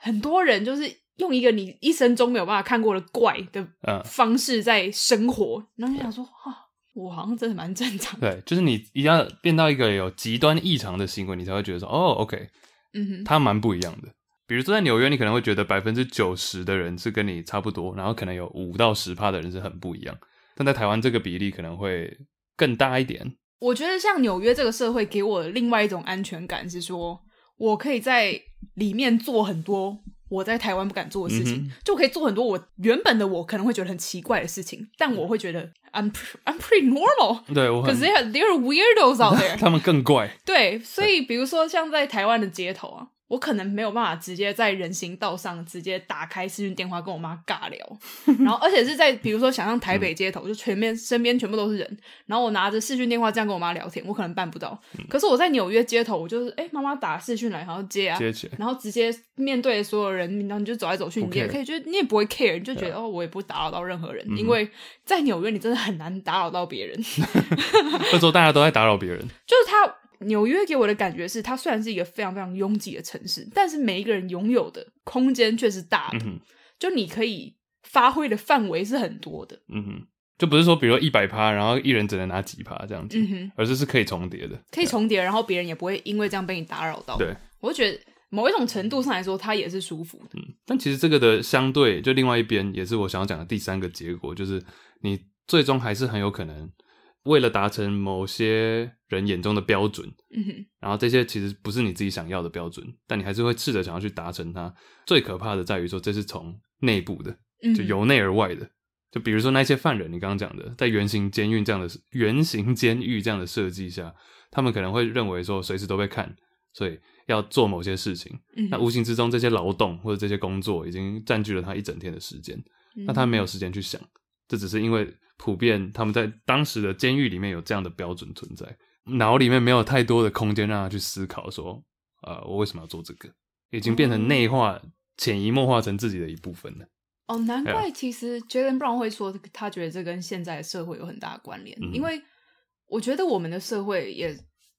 Speaker 2: 很多人就是用一个你一生中没有办法看过的怪的
Speaker 1: 嗯，
Speaker 2: 方式在生活，然后就想说啊，我好像真的蛮正常的。
Speaker 1: 对，就是你一定要变到一个有极端异常的行为，你才会觉得说，哦，OK，
Speaker 2: 嗯哼，
Speaker 1: 他蛮不一样的。比如说在纽约，你可能会觉得百分之九十的人是跟你差不多，然后可能有五到十趴的人是很不一样。但在台湾，这个比例可能会更大一点。
Speaker 2: 我觉得像纽约这个社会给我的另外一种安全感是说，我可以在里面做很多。我在台湾不敢做的事情，
Speaker 1: 嗯
Speaker 2: 就可以做很多我原本的我可能会觉得很奇怪的事情，但我会觉得 I'm pre- I'm pretty normal，
Speaker 1: 对我
Speaker 2: c a u
Speaker 1: 很
Speaker 2: s e there there are weirdos out there
Speaker 1: 他们更怪，
Speaker 2: 对，所以比如说像在台湾的街头啊，我可能没有办法直接在人行道上直接打开视讯电话跟我妈 尬聊，然后而且是在比如说想象台北街头，就全面身边全部都是人，然后我拿着视讯电话这样跟我妈聊天，我可能办不到。
Speaker 1: 嗯
Speaker 2: 可是我在纽约街头，我就是哎，妈妈打视讯来，然后接 啊，
Speaker 1: 接起来。
Speaker 2: 然后直接面对所有人，然后你就走来走去，
Speaker 1: 不
Speaker 2: 你也
Speaker 1: care 啊嗯
Speaker 2: 可以就你也不会 care，你就觉得哦，我也不会打扰到任何人，因为在纽约你真的很难打扰到别人。
Speaker 1: 那时候大家都在打扰别人，
Speaker 2: 就是它纽约给我的感觉是，它虽然是一个非常非常拥挤的城市，但是每一个人拥有的空间却是大的，
Speaker 1: 嗯哼，
Speaker 2: 就你可以发挥的范围是很多的。
Speaker 1: 嗯哼，就不是说比如一百趴，然后一人只能拿几趴这样子，
Speaker 2: 嗯哼，
Speaker 1: 而是是可以重叠的。
Speaker 2: 可以重叠，然后别人也不会因为这样被你打扰到。
Speaker 1: 对，
Speaker 2: 我就觉得某一种程度上来说，它也是舒服的。
Speaker 1: 但其实这个的相对，就另外一边也是我想要讲的第三个结果，就是你最终还是很有可能为了达成某些人眼中的标准，
Speaker 2: 嗯哼，
Speaker 1: 然后这些其实不是你自己想要的标准，但你还是会试着想要去达成它。最可怕的在于说，这是从内部的，
Speaker 2: 嗯
Speaker 1: 就
Speaker 2: 哼
Speaker 1: 由内而外的。就比如说那些犯人，你刚刚讲的，在圆形监狱这样的圆形监狱这样的设计下，他们可能会认为说随时都被看，所以要做某些事情。
Speaker 2: 嗯哼
Speaker 1: 那无形之中，这些劳动或者这些工作已经占据了他一整天的时间，
Speaker 2: 嗯
Speaker 1: 那他没有时间去想，这只是因为普遍他们在当时的监狱里面有这样的标准存在，脑里面没有太多的空间让他去思考说，呃，我为什么要做这个，已经变成内化、潜移默化成自己的一部分了。
Speaker 2: 哦，难
Speaker 1: 对啊
Speaker 2: 怪其实 Jalen Brown 会说他觉得这跟现在的社会有很大的关联，
Speaker 1: 嗯
Speaker 2: 因为我觉得我们的社会也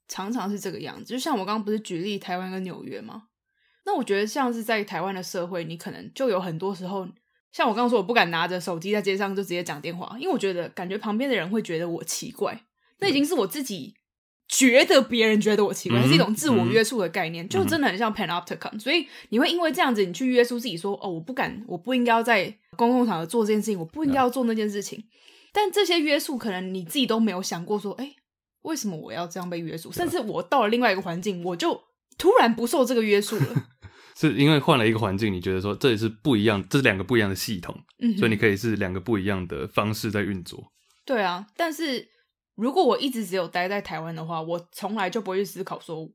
Speaker 2: 常常是这个样子。就像我刚刚不是举例台湾跟纽约吗？那我觉得像是在台湾的社会，你可能就有很多时候，像我刚刚说，我不敢拿着手机在街上就直接讲电话，因为我觉得感觉旁边的人会觉得我奇怪，那已经是我自己。觉得别人觉得我奇怪，
Speaker 1: 嗯
Speaker 2: 是一种自我
Speaker 1: 嗯
Speaker 2: 约束的概念，就真的很像 panopticon、所以你会因为这样子，你去约束自己说，哦，我不敢，我不应该要在公共场合做这件事情，我不应该要做那件事情。但这些约束，可能你自己都没有想过，说，哎、为什么我要这样被约束？
Speaker 1: 啊
Speaker 2: 甚至我到了另外一个环境，我就突然不受这个约束 了。
Speaker 1: 是因为换了一个环境，你觉得说这也是不一样，这是两个不一样的系统，
Speaker 2: 嗯哼，
Speaker 1: 所以你可以是两个不一样的方式在运作。
Speaker 2: 对啊，但是如果我一直只有待在台湾的话，我从来就不会去思考说，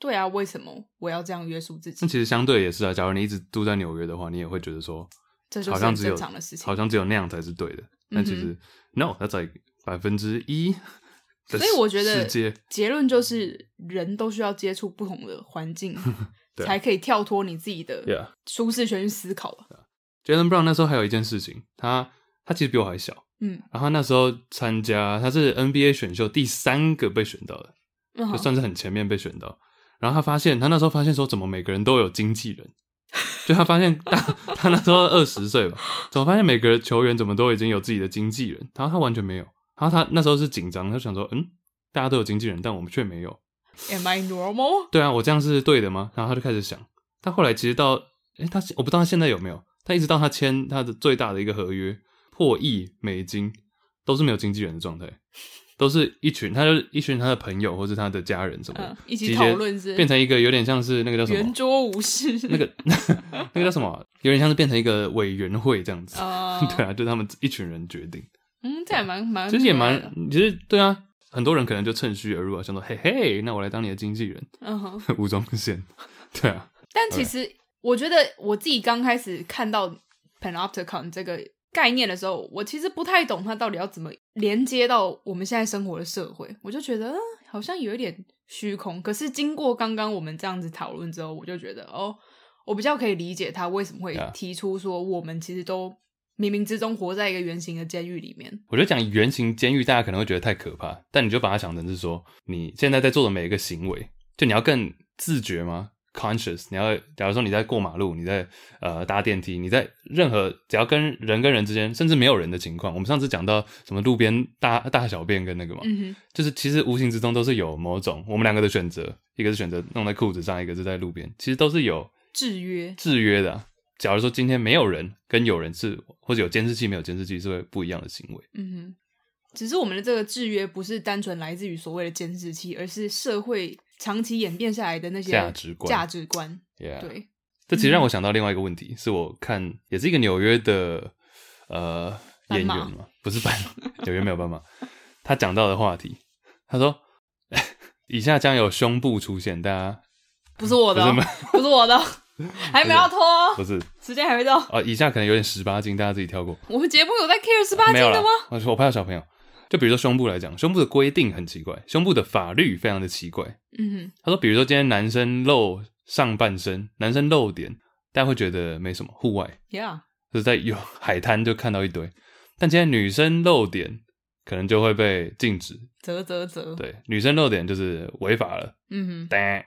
Speaker 2: 对啊，为什么我要这样约束自己
Speaker 1: 那？其实相对也是啊，假如你一直住在纽约的话，你也会觉得说，
Speaker 2: 这就
Speaker 1: 好
Speaker 2: 是
Speaker 1: 像
Speaker 2: 很
Speaker 1: 只有
Speaker 2: 正常的事情嗯
Speaker 1: 好。像只有那样才是对的。但其实、no，that's like 百分之 一。
Speaker 2: 所以我觉得
Speaker 1: 世 界
Speaker 2: 结论就是，人都需要接触不同的环境，
Speaker 1: 对啊
Speaker 2: 才可以跳脱你自己的
Speaker 1: ，Yeah。
Speaker 2: 舒适圈去思考吧。
Speaker 1: Jalen Brown 那时候还有一件事情，他他其实比我还小，
Speaker 2: 嗯，
Speaker 1: 然后他那时候参加他是 NBA 选秀第三个被选到的，
Speaker 2: 嗯
Speaker 1: 就
Speaker 2: 好，
Speaker 1: 算是很前面被选到。然后他发现，他那时候发现说，怎么每个人都有经纪人？就他发现大，他那时候二十岁吧，怎么发现每个球员怎么都已经有自己的经纪人？然后他完全没有。然后他那时候是紧张，他想说，嗯，大家都有经纪人，但我们却没有。
Speaker 2: Am I normal？
Speaker 1: 对啊，我这样是对的吗？然后他就开始想，他后来其实到，诶，他我不知道他现在有没有，他一直到他签他的最大的一个合约破亿美金，都是没有经纪人的状态，都是一群，他就一群他的朋友或是他的家人什么的，
Speaker 2: 嗯一起
Speaker 1: 集结
Speaker 2: 讨论是
Speaker 1: 变成一个有点像是那个叫什
Speaker 2: 圆
Speaker 1: 么，
Speaker 2: 桌武士
Speaker 1: 那个 那个叫什么啊，有点像是变成一个委员会这样子，，
Speaker 2: 啊
Speaker 1: 对啊，就他们一群人决定。
Speaker 2: 嗯，这也蛮蛮，
Speaker 1: 其实也蛮，其实对啊，很多人可能就趁虚而入啊，想说嘿嘿，那我来当你的经纪人，
Speaker 2: 嗯哼。
Speaker 1: 吴宗宪， 对啊，
Speaker 2: 但其实我觉得我自己刚开始看到 panopticon 这个概念的时候，我其实不太懂它到底要怎么连接到我们现在生活的社会，我就觉得、呃好像有一点虚空。可是经过刚刚我们这样子讨论之后，我就觉得哦，我比较可以理解他为什么会
Speaker 1: Yeah.
Speaker 2: 提出说我们其实都冥冥之中活在一个圆形的监狱里面。
Speaker 1: 我觉得讲圆形监狱，大家可能会觉得太可怕，但你就把它想成是说，你现在在做的每一个行为，就你要更自觉吗？conscious，你要，假如说你在过马路，你在呃搭电梯，你在任何只要跟人跟人之间，甚至没有人的情况，我们上次讲到什么路边大大小便跟那个嘛，
Speaker 2: 嗯
Speaker 1: 就是其实无形之中都是有某种我们两个的选择，一个是选择弄在裤子上，一个是在路边，其实都是有
Speaker 2: 哼，制约。
Speaker 1: 制约的啊、假如说今天没有人跟有人是，或者有监视器没有监视器是会不一样的行为。
Speaker 2: 嗯哼，只是我们的这个制约不是单纯来自于所谓的监视器，而是社会长期演变下来的那些
Speaker 1: 价值观啊
Speaker 2: 价值观，
Speaker 1: Yeah，
Speaker 2: 对，
Speaker 1: 这其实让
Speaker 2: 嗯
Speaker 1: 我想到另外一个问题，是我看也是一个纽约的呃
Speaker 2: 斑
Speaker 1: 演员
Speaker 2: 马
Speaker 1: 嘛，不是斑马，纽约没有斑马。 他 讲到的话题，他说以下将有胸部出现，大家
Speaker 2: 不是我的哦、
Speaker 1: 不是
Speaker 2: 不是我 的哦，还没有要拖哦，
Speaker 1: 不是
Speaker 2: 时间还没到。
Speaker 1: 啊，以下可能有点十八禁，大家自己跳过。
Speaker 2: 我们节目有在 care 十八禁
Speaker 1: 没有啦
Speaker 2: 的吗？，
Speaker 1: 我说我拍到小朋友，就比如说胸部来讲，胸部的规定很奇怪，胸部的法律非常的奇怪。
Speaker 2: 嗯
Speaker 1: 他说，比如说今天男生露上半身，男生露点，大家会觉得没什么，户外
Speaker 2: ，Yeah，
Speaker 1: 就是在有 海滩就看到一堆，但今天女生露点，可能就会被禁止。
Speaker 2: 啧啧啧，
Speaker 1: 对，女生露点就是违法了。
Speaker 2: 嗯
Speaker 1: 但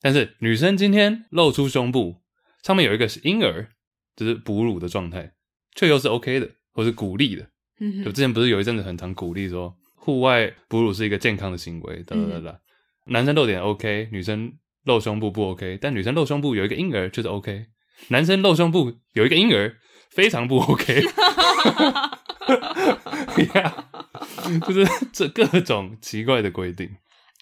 Speaker 1: 但是女生今天露出胸部，上面有一个是婴儿，就是哺乳的状态，却又是 OK 的，或是鼓励的。
Speaker 2: 哼嗯
Speaker 1: 就
Speaker 2: 哼，
Speaker 1: 之前不是有一阵子很常鼓励说，户外哺乳是一个健康的行为，哒哒哒
Speaker 2: 嗯
Speaker 1: 哒。男生露点 OK，女生露胸部不 OK，但女生露胸部有一个婴儿就是 OK，男生露胸部有一个婴儿非常不 OK。Yeah，就是这各种奇怪的规定，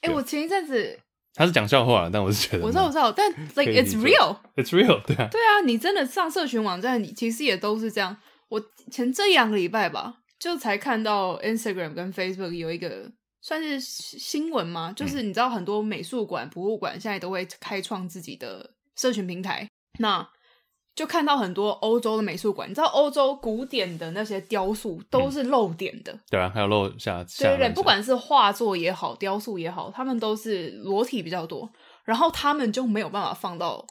Speaker 2: 哎、我前一阵子
Speaker 1: 他是讲笑话啦，但我是觉得
Speaker 2: 我知道我知道，但 like
Speaker 1: 以理
Speaker 2: it's
Speaker 1: 解
Speaker 2: real，
Speaker 1: it's real，对啊，
Speaker 2: 对啊，你真的上社群网站，你其实也都是这样。我前这两个礼拜吧，就才看到 Instagram 跟 Facebook 有一个算是新新闻嘛，就是你知道很多美术馆、博物馆现在都会开创自己的社群平台，那就看到很多欧洲的美术馆，你知道欧洲古典的那些雕塑都是露点的，
Speaker 1: 对啊，还有露下下
Speaker 2: 对对
Speaker 1: 半
Speaker 2: 对，
Speaker 1: 身
Speaker 2: 不管是画作也好，雕塑也好，他们都是裸体比较多，然后他们就没有办法放到，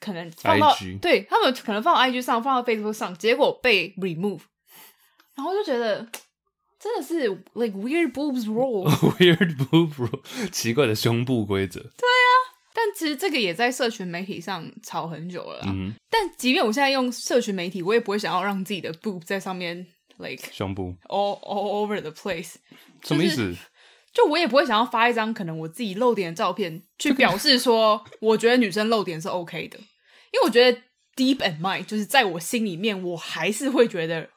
Speaker 2: 可能放到
Speaker 1: IG
Speaker 2: 对他们可能放到 IG 上，放到 Facebook 上，结果被 remove，然后就觉得真的是 like weird boobs rule，
Speaker 1: weird boob rule，奇怪的胸部规则，
Speaker 2: 但其实这个也在社群媒体上吵很久了啦。
Speaker 1: 嗯，
Speaker 2: 但即便我现在用社群媒体，我也不会想要让自己的 boob 在上面 like
Speaker 1: 胸部
Speaker 2: all all over the place。
Speaker 1: 什么意思？
Speaker 2: 就我也不会想要发一张可能我自己露点的照片，去表示说我觉得女生露点是 OK 的，因为我觉得 deep and mind 就是在我心里面，我还是会觉得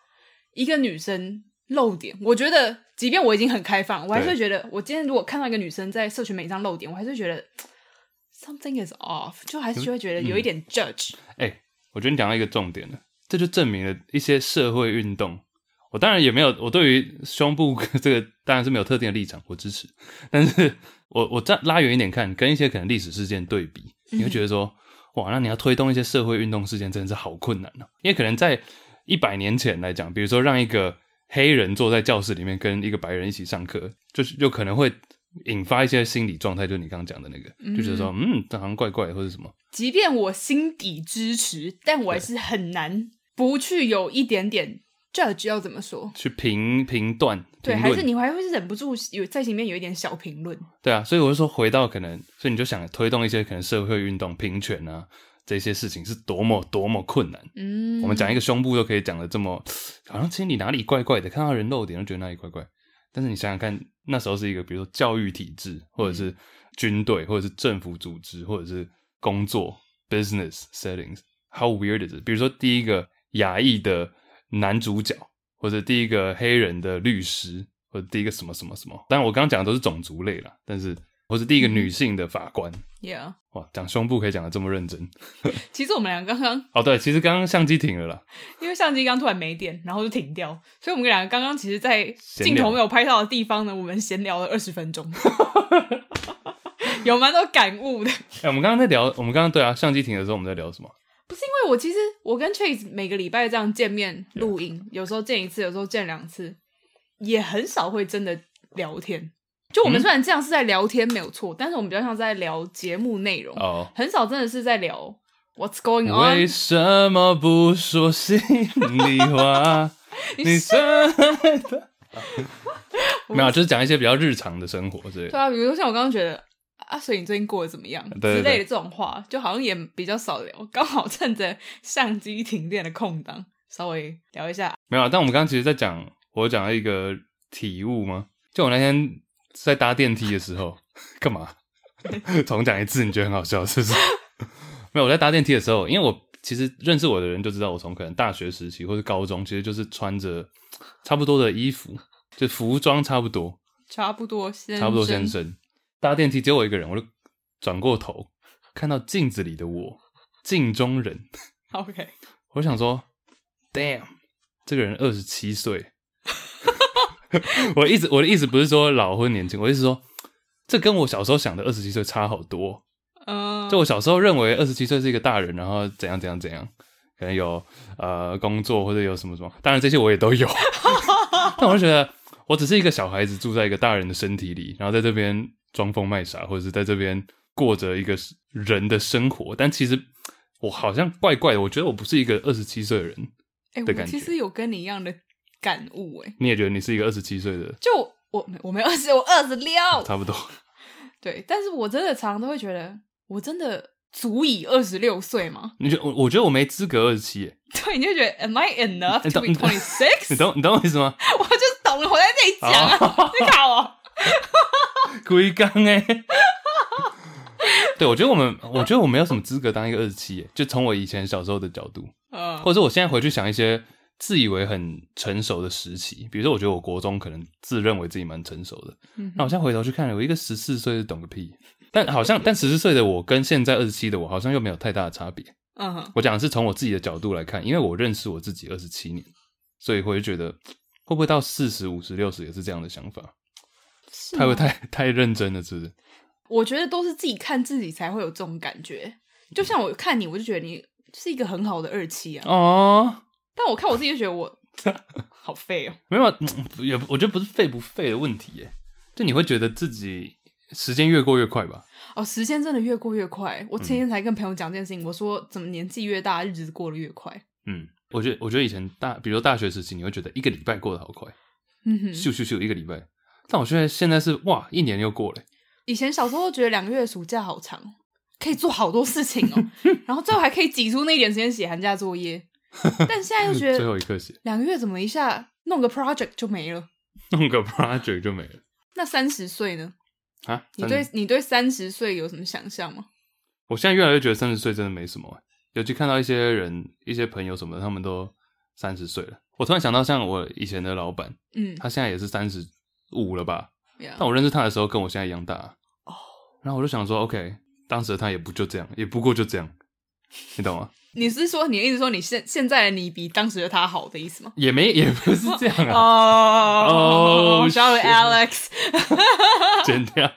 Speaker 2: 一个女生露点，我觉得即便我已经很开放，我还是会觉得，我今天如果看到一个女生在社群媒体上露点，我还是会觉得 something is off，就还是会觉得有一点 judge，
Speaker 1: 哎、我觉得你讲到一个重点了，这就证明了一些社会运动。我当然也没有，我对于胸部 这个当然是没有特定的立场，我支持。但是我我再拉远一点看，跟一些可能历史事件对比，你会觉得说，哇，那你要推动一些社会运动事件，真的是好困难哦、因为可能在一百年前来讲，比如说让一个黑人坐在教室里面跟一个白人一起上课，就是有可能会引发一些心理状态，就是你刚刚讲的那个，就觉得说，嗯，这好像怪怪的或者什么。
Speaker 2: 即便我心底支持，但我还是很难不去有一点点 judge 要怎么说。
Speaker 1: 去评评断，
Speaker 2: 对，
Speaker 1: 评
Speaker 2: 还
Speaker 1: 论
Speaker 2: 是你还会忍不住有在心里面有一点小评论。
Speaker 1: 对啊，所以我就说回到可能，所以你就想推动一些可能社会运动、平权啊这些事情是多么多么困难。
Speaker 2: 嗯
Speaker 1: 我们讲一个胸部都可以讲的这么，好像心里哪里怪怪的，看到人露点就觉得哪里怪怪。但是你想想看，那时候是一个比如说教育体制，或者是军队，或者是政府组织，或者是工作 business settings，how weird is it？比如说第一个亚裔的男主角，或者第一个黑人的律师，或者第一个什么什么什么。当然我刚刚讲的都是种族类啦，但是或是第一个女性的法官，
Speaker 2: ，Yeah，
Speaker 1: 哇，讲胸部可以讲的这么认真。
Speaker 2: 其实我们俩刚刚
Speaker 1: 哦，对，其实刚刚相机停了啦。
Speaker 2: 因为相机刚突然没电，然后就停掉，所以我们俩刚刚其实，在
Speaker 1: 闲
Speaker 2: 镜头
Speaker 1: 聊
Speaker 2: 没有拍到的地方呢，我们闲聊了二十分钟， 有蛮多感悟的。
Speaker 1: 哎、我们刚刚在聊，我们刚刚对啊，相机停的时候我们在聊什么？
Speaker 2: 不是因为我其实我跟 Chase 每个礼拜这样见面录音，有时候见一次，有时候见两次，也很少会真的聊天。就我们
Speaker 1: 嗯
Speaker 2: 虽然这样是在聊天没有错，但是我们比较像是在聊节目内容。
Speaker 1: 哦，
Speaker 2: 很少真的是在聊 What's going
Speaker 1: 为
Speaker 2: on。
Speaker 1: 什么不说心里话？你真的没有，啊就是讲一些比较日常的生活之类
Speaker 2: 对
Speaker 1: 的。
Speaker 2: 啊，比如说像我刚刚觉得啊，所以你最近过得怎么样
Speaker 1: 对
Speaker 2: 之类的这种话，就好像也比较少聊。刚好趁着相机停电的空档，稍微聊一下。
Speaker 1: 没有啊，但我们刚刚其实在讲，我讲了一个体悟吗？就我那天在搭电梯的时候， 干嘛？重讲一次，你觉得很好笑是不 是？没有，我在搭电梯的时候，因为我其实认识我的人就知道，我从可能大学时期或是高中，其实就是穿着差不多的衣服，就服装差不多。
Speaker 2: 差不多先，
Speaker 1: 差不多先。生。搭电梯只有我一个人，我就转过头看到镜子里的我，镜中人。
Speaker 2: OK，
Speaker 1: 我想说，damn，这个人二十七岁。 我一直我的意思不是说老或年轻，我的意思是说，这跟我小时候想的二十七岁差好多。
Speaker 2: 嗯，
Speaker 1: 就我小时候认为二十七岁是一个大人，然后怎样怎样怎样，可能有呃工作或者有什么什么，当然这些我也都有， 但我就觉得我只是一个小孩子住在一个大人的身体里，然后在这边装疯卖傻，或者是在这边过着一个人的生活，但其实我好像怪怪的，我觉得我不是一个二十七岁的人，
Speaker 2: 哎、
Speaker 1: 的
Speaker 2: 我
Speaker 1: 感
Speaker 2: 其
Speaker 1: 觉
Speaker 2: 实有跟你一样的感悟、哎，
Speaker 1: 你也觉得你是一个二十七岁的，
Speaker 2: 就我我没我没有二十，我二十六，
Speaker 1: 差不多，
Speaker 2: 对，但是我真的常常都会觉得，我真的足以二十六岁吗？
Speaker 1: 你觉得我我觉得我没资格二十七，
Speaker 2: 对，你就觉得 Am I enough
Speaker 1: 你
Speaker 2: to
Speaker 1: 懂
Speaker 2: be
Speaker 1: 你懂
Speaker 2: twenty six？
Speaker 1: 你懂你懂我意思吗？
Speaker 2: 我就是懂了，我在这里讲
Speaker 1: 哦
Speaker 2: 啊， 你看我，
Speaker 1: 龟缸哎。 对，我觉得我们，我觉得我没有什么资格当一个二十七，就从我以前小时候的角度，
Speaker 2: 嗯，
Speaker 1: 或者是我现在回去想一些自以为很成熟的时期，比如说，我觉得我国中可能自认为自己蛮成熟的，
Speaker 2: 嗯哼
Speaker 1: 那我现在回头去看，有一个十四岁的懂个屁，但好像，但十四岁的我跟现在二十七的我好像又没有太大的差别。
Speaker 2: 嗯哼，
Speaker 1: 我讲的是从我自己的角度来看，因为我认识我自己二十七年，所以我就觉得会不会到四十五十六十也是这样的想法？
Speaker 2: 是啊
Speaker 1: 太不
Speaker 2: 吗
Speaker 1: 太太认真了，是不是？
Speaker 2: 我觉得都是自己看自己才会有这种感觉。就像我看你，我就觉得你是一个很好的二期啊，
Speaker 1: 哦，
Speaker 2: 但我看我自己就觉得我 好废哦。
Speaker 1: 没有啊，嗯也我觉得不是废不废的问题，耶，就你会觉得自己时间越过越快吧？
Speaker 2: 哦，时间真的越过越快。
Speaker 1: 嗯
Speaker 2: 我前天才跟朋友讲这件事情，我说怎么年纪越大，日子过得越快。
Speaker 1: 嗯，我觉得我觉得以前大，比如说大学时期，你会觉得一个礼拜过得好快，
Speaker 2: 嗯哼，
Speaker 1: 咻咻咻一个礼拜。但我觉得现在是哇，一年又过了耶，
Speaker 2: 以前小时候觉得两个月的暑假好长，可以做好多事情 哦，然后最后还可以挤出那一点时间写寒假作业。但现在又觉
Speaker 1: 最
Speaker 2: 得
Speaker 1: 后一刻写
Speaker 2: 两个月怎么一下弄个 project 就没了？
Speaker 1: 弄个 project 就没了
Speaker 2: 那三十岁呢？
Speaker 1: 啊。
Speaker 2: 你
Speaker 1: 三
Speaker 2: 对
Speaker 1: 十
Speaker 2: 你对三十岁有什么想象吗？
Speaker 1: 我现在越来越觉得三十岁真的没什么耶，尤其看到一些人、一些朋友什么的，他们都三十岁了。我突然想到，像我以前的老板，
Speaker 2: 嗯，
Speaker 1: 他现在也是三十五了吧？
Speaker 2: 呀
Speaker 1: 但我认识他的时候，跟我现在一样大。啊
Speaker 2: 哦
Speaker 1: 然后我就想说，OK，当时的他也不就这样，也不过就这样，你懂吗？
Speaker 2: 你是说你一直说你现现在的你比当时的他好的意思 吗？
Speaker 1: 也没也不是这样啊，
Speaker 2: 哦
Speaker 1: Oh， shit
Speaker 2: 稍微 Alex，
Speaker 1: 剪掉。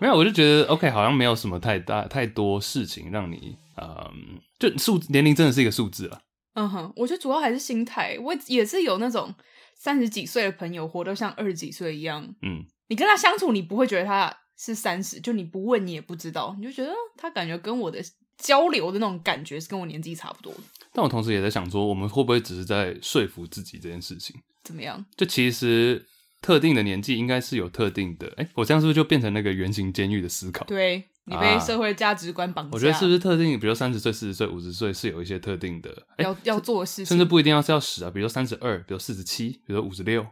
Speaker 1: 没有，我就觉得 OK，好像没有什么太大太多事情让你，嗯，就数年龄真的是一个数字了。啊
Speaker 2: 嗯哼，我觉得主要还是心态。我也是有那种三十几岁的朋友活得像二十几岁一样，
Speaker 1: 嗯，
Speaker 2: 你跟他相处，你不会觉得他是三十，就你不问你也不知道，你就觉得啊他感觉跟我的交流的那种感觉是跟我年纪差不多的，
Speaker 1: 但我同时也在想说，我们会不会只是在说服自己这件事情？
Speaker 2: 怎么样？
Speaker 1: 就其实特定的年纪应该是有特定的，哎、我这样是不是就变成那个圆形监狱的思考？
Speaker 2: 对啊你
Speaker 1: 啊
Speaker 2: 被社会价值观绑架，
Speaker 1: 我觉得是不是特定，比如三十岁、四十岁、五十岁是有一些特定的，哎、
Speaker 2: 要要做的事情？
Speaker 1: 甚至不一定要是要十啊，比如三十二，比如四十七，比如五十六，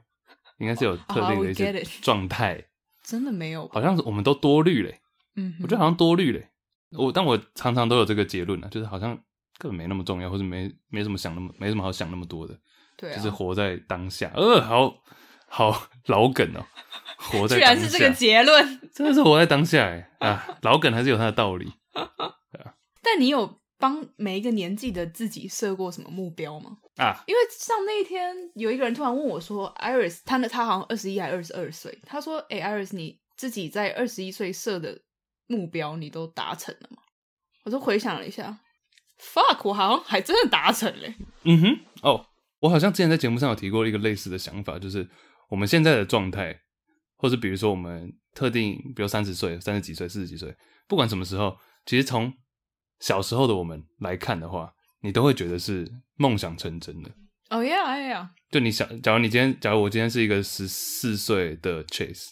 Speaker 1: 应该是有特定的一
Speaker 2: Oh, I
Speaker 1: 些
Speaker 2: get it.
Speaker 1: 状态。
Speaker 2: 真的没有吧，
Speaker 1: 好像是我们都多虑嘞，
Speaker 2: 嗯哼，
Speaker 1: 我觉得好像多虑嘞。我但我常常都有这个结论啊，就是好像根本没那么重要，或者没没什么想那么没什么好想那么多的，
Speaker 2: 对啊，
Speaker 1: 就是活在当下。呃，好好老梗 哦、活在
Speaker 2: 居
Speaker 1: 当
Speaker 2: 然
Speaker 1: 下
Speaker 2: 是这个结论。
Speaker 1: 真的是活在当下哎啊，老梗还是有它的道理。
Speaker 2: 但你有帮每一个年纪的自己设过什么目标吗？
Speaker 1: 啊，
Speaker 2: 因为像那一天有一个人突然问我说：“Iris，他的他好像二十一还二十二岁，他说：‘哎、i r i s 你自己在二十一岁设的目标，你都达成了吗？’我就回想了一下，fuck，我好像还真的达成嘞。
Speaker 1: 嗯哼，哦，我好像之前在节目上有提过一个类似的想法，就是我们现在的状态，或是比如说我们特定，比如三十岁、三十几岁、四十几岁，不管什么时候，其实从小时候的我们来看的话，你都会觉得是梦想成真的。
Speaker 2: 哦呀哎呀，
Speaker 1: 就你想，假如你今天，假如我今天是一个十四岁的 Chase，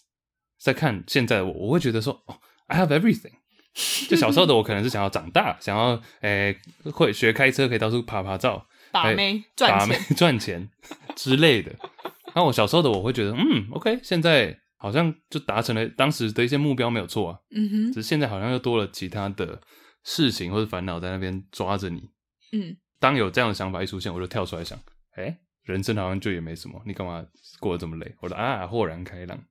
Speaker 1: 在看现在的我，我会觉得说，哦，I have everything。就 小时候的我可能是想要长大，想要诶、会学开车，可以到处爬爬照，
Speaker 2: 把
Speaker 1: 哎
Speaker 2: 妹
Speaker 1: 把
Speaker 2: 赚
Speaker 1: 妹
Speaker 2: 钱，
Speaker 1: 赚钱之类的。然后我小时候的我会觉得，嗯，OK，现在好像就达成了当时的一些目标，没有错啊。
Speaker 2: 嗯哼，
Speaker 1: 只是现在好像又多了其他的事情或者烦恼在那边抓着你。
Speaker 2: 嗯，
Speaker 1: 当有这样的想法一出现，我就跳出来想，哎、人生好像就也没什么，你干嘛过得这么累？我说啊，豁然开 朗。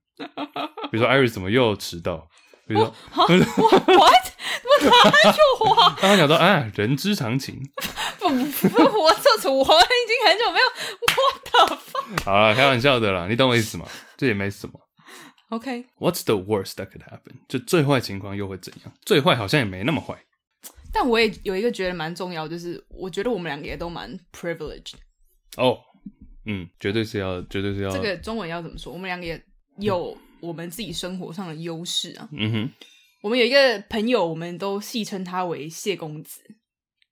Speaker 1: 比如说，Iris 怎么又迟到？比如说，
Speaker 2: 好，what，我 哪有啊？
Speaker 1: 刚刚讲到啊，人之常情。
Speaker 2: 不 不不， 我这次我已经很久没有，我的
Speaker 1: 好了，开玩笑的啦，你懂我意思吗？这也没什么。
Speaker 2: OK，
Speaker 1: What's the worst that could happen？就最坏情况又会怎样？最坏好像也没那么坏。
Speaker 2: 但我也有一个觉得蛮重要，就是我觉得我们两个也都蛮 privileged。
Speaker 1: 哦，嗯，绝对是要，绝对是要。
Speaker 2: 这个中文要怎么说？我们两个也有我们自己生活上的优势啊。
Speaker 1: 嗯哼，
Speaker 2: 我们有一个朋友，我们都戏称他为谢公子，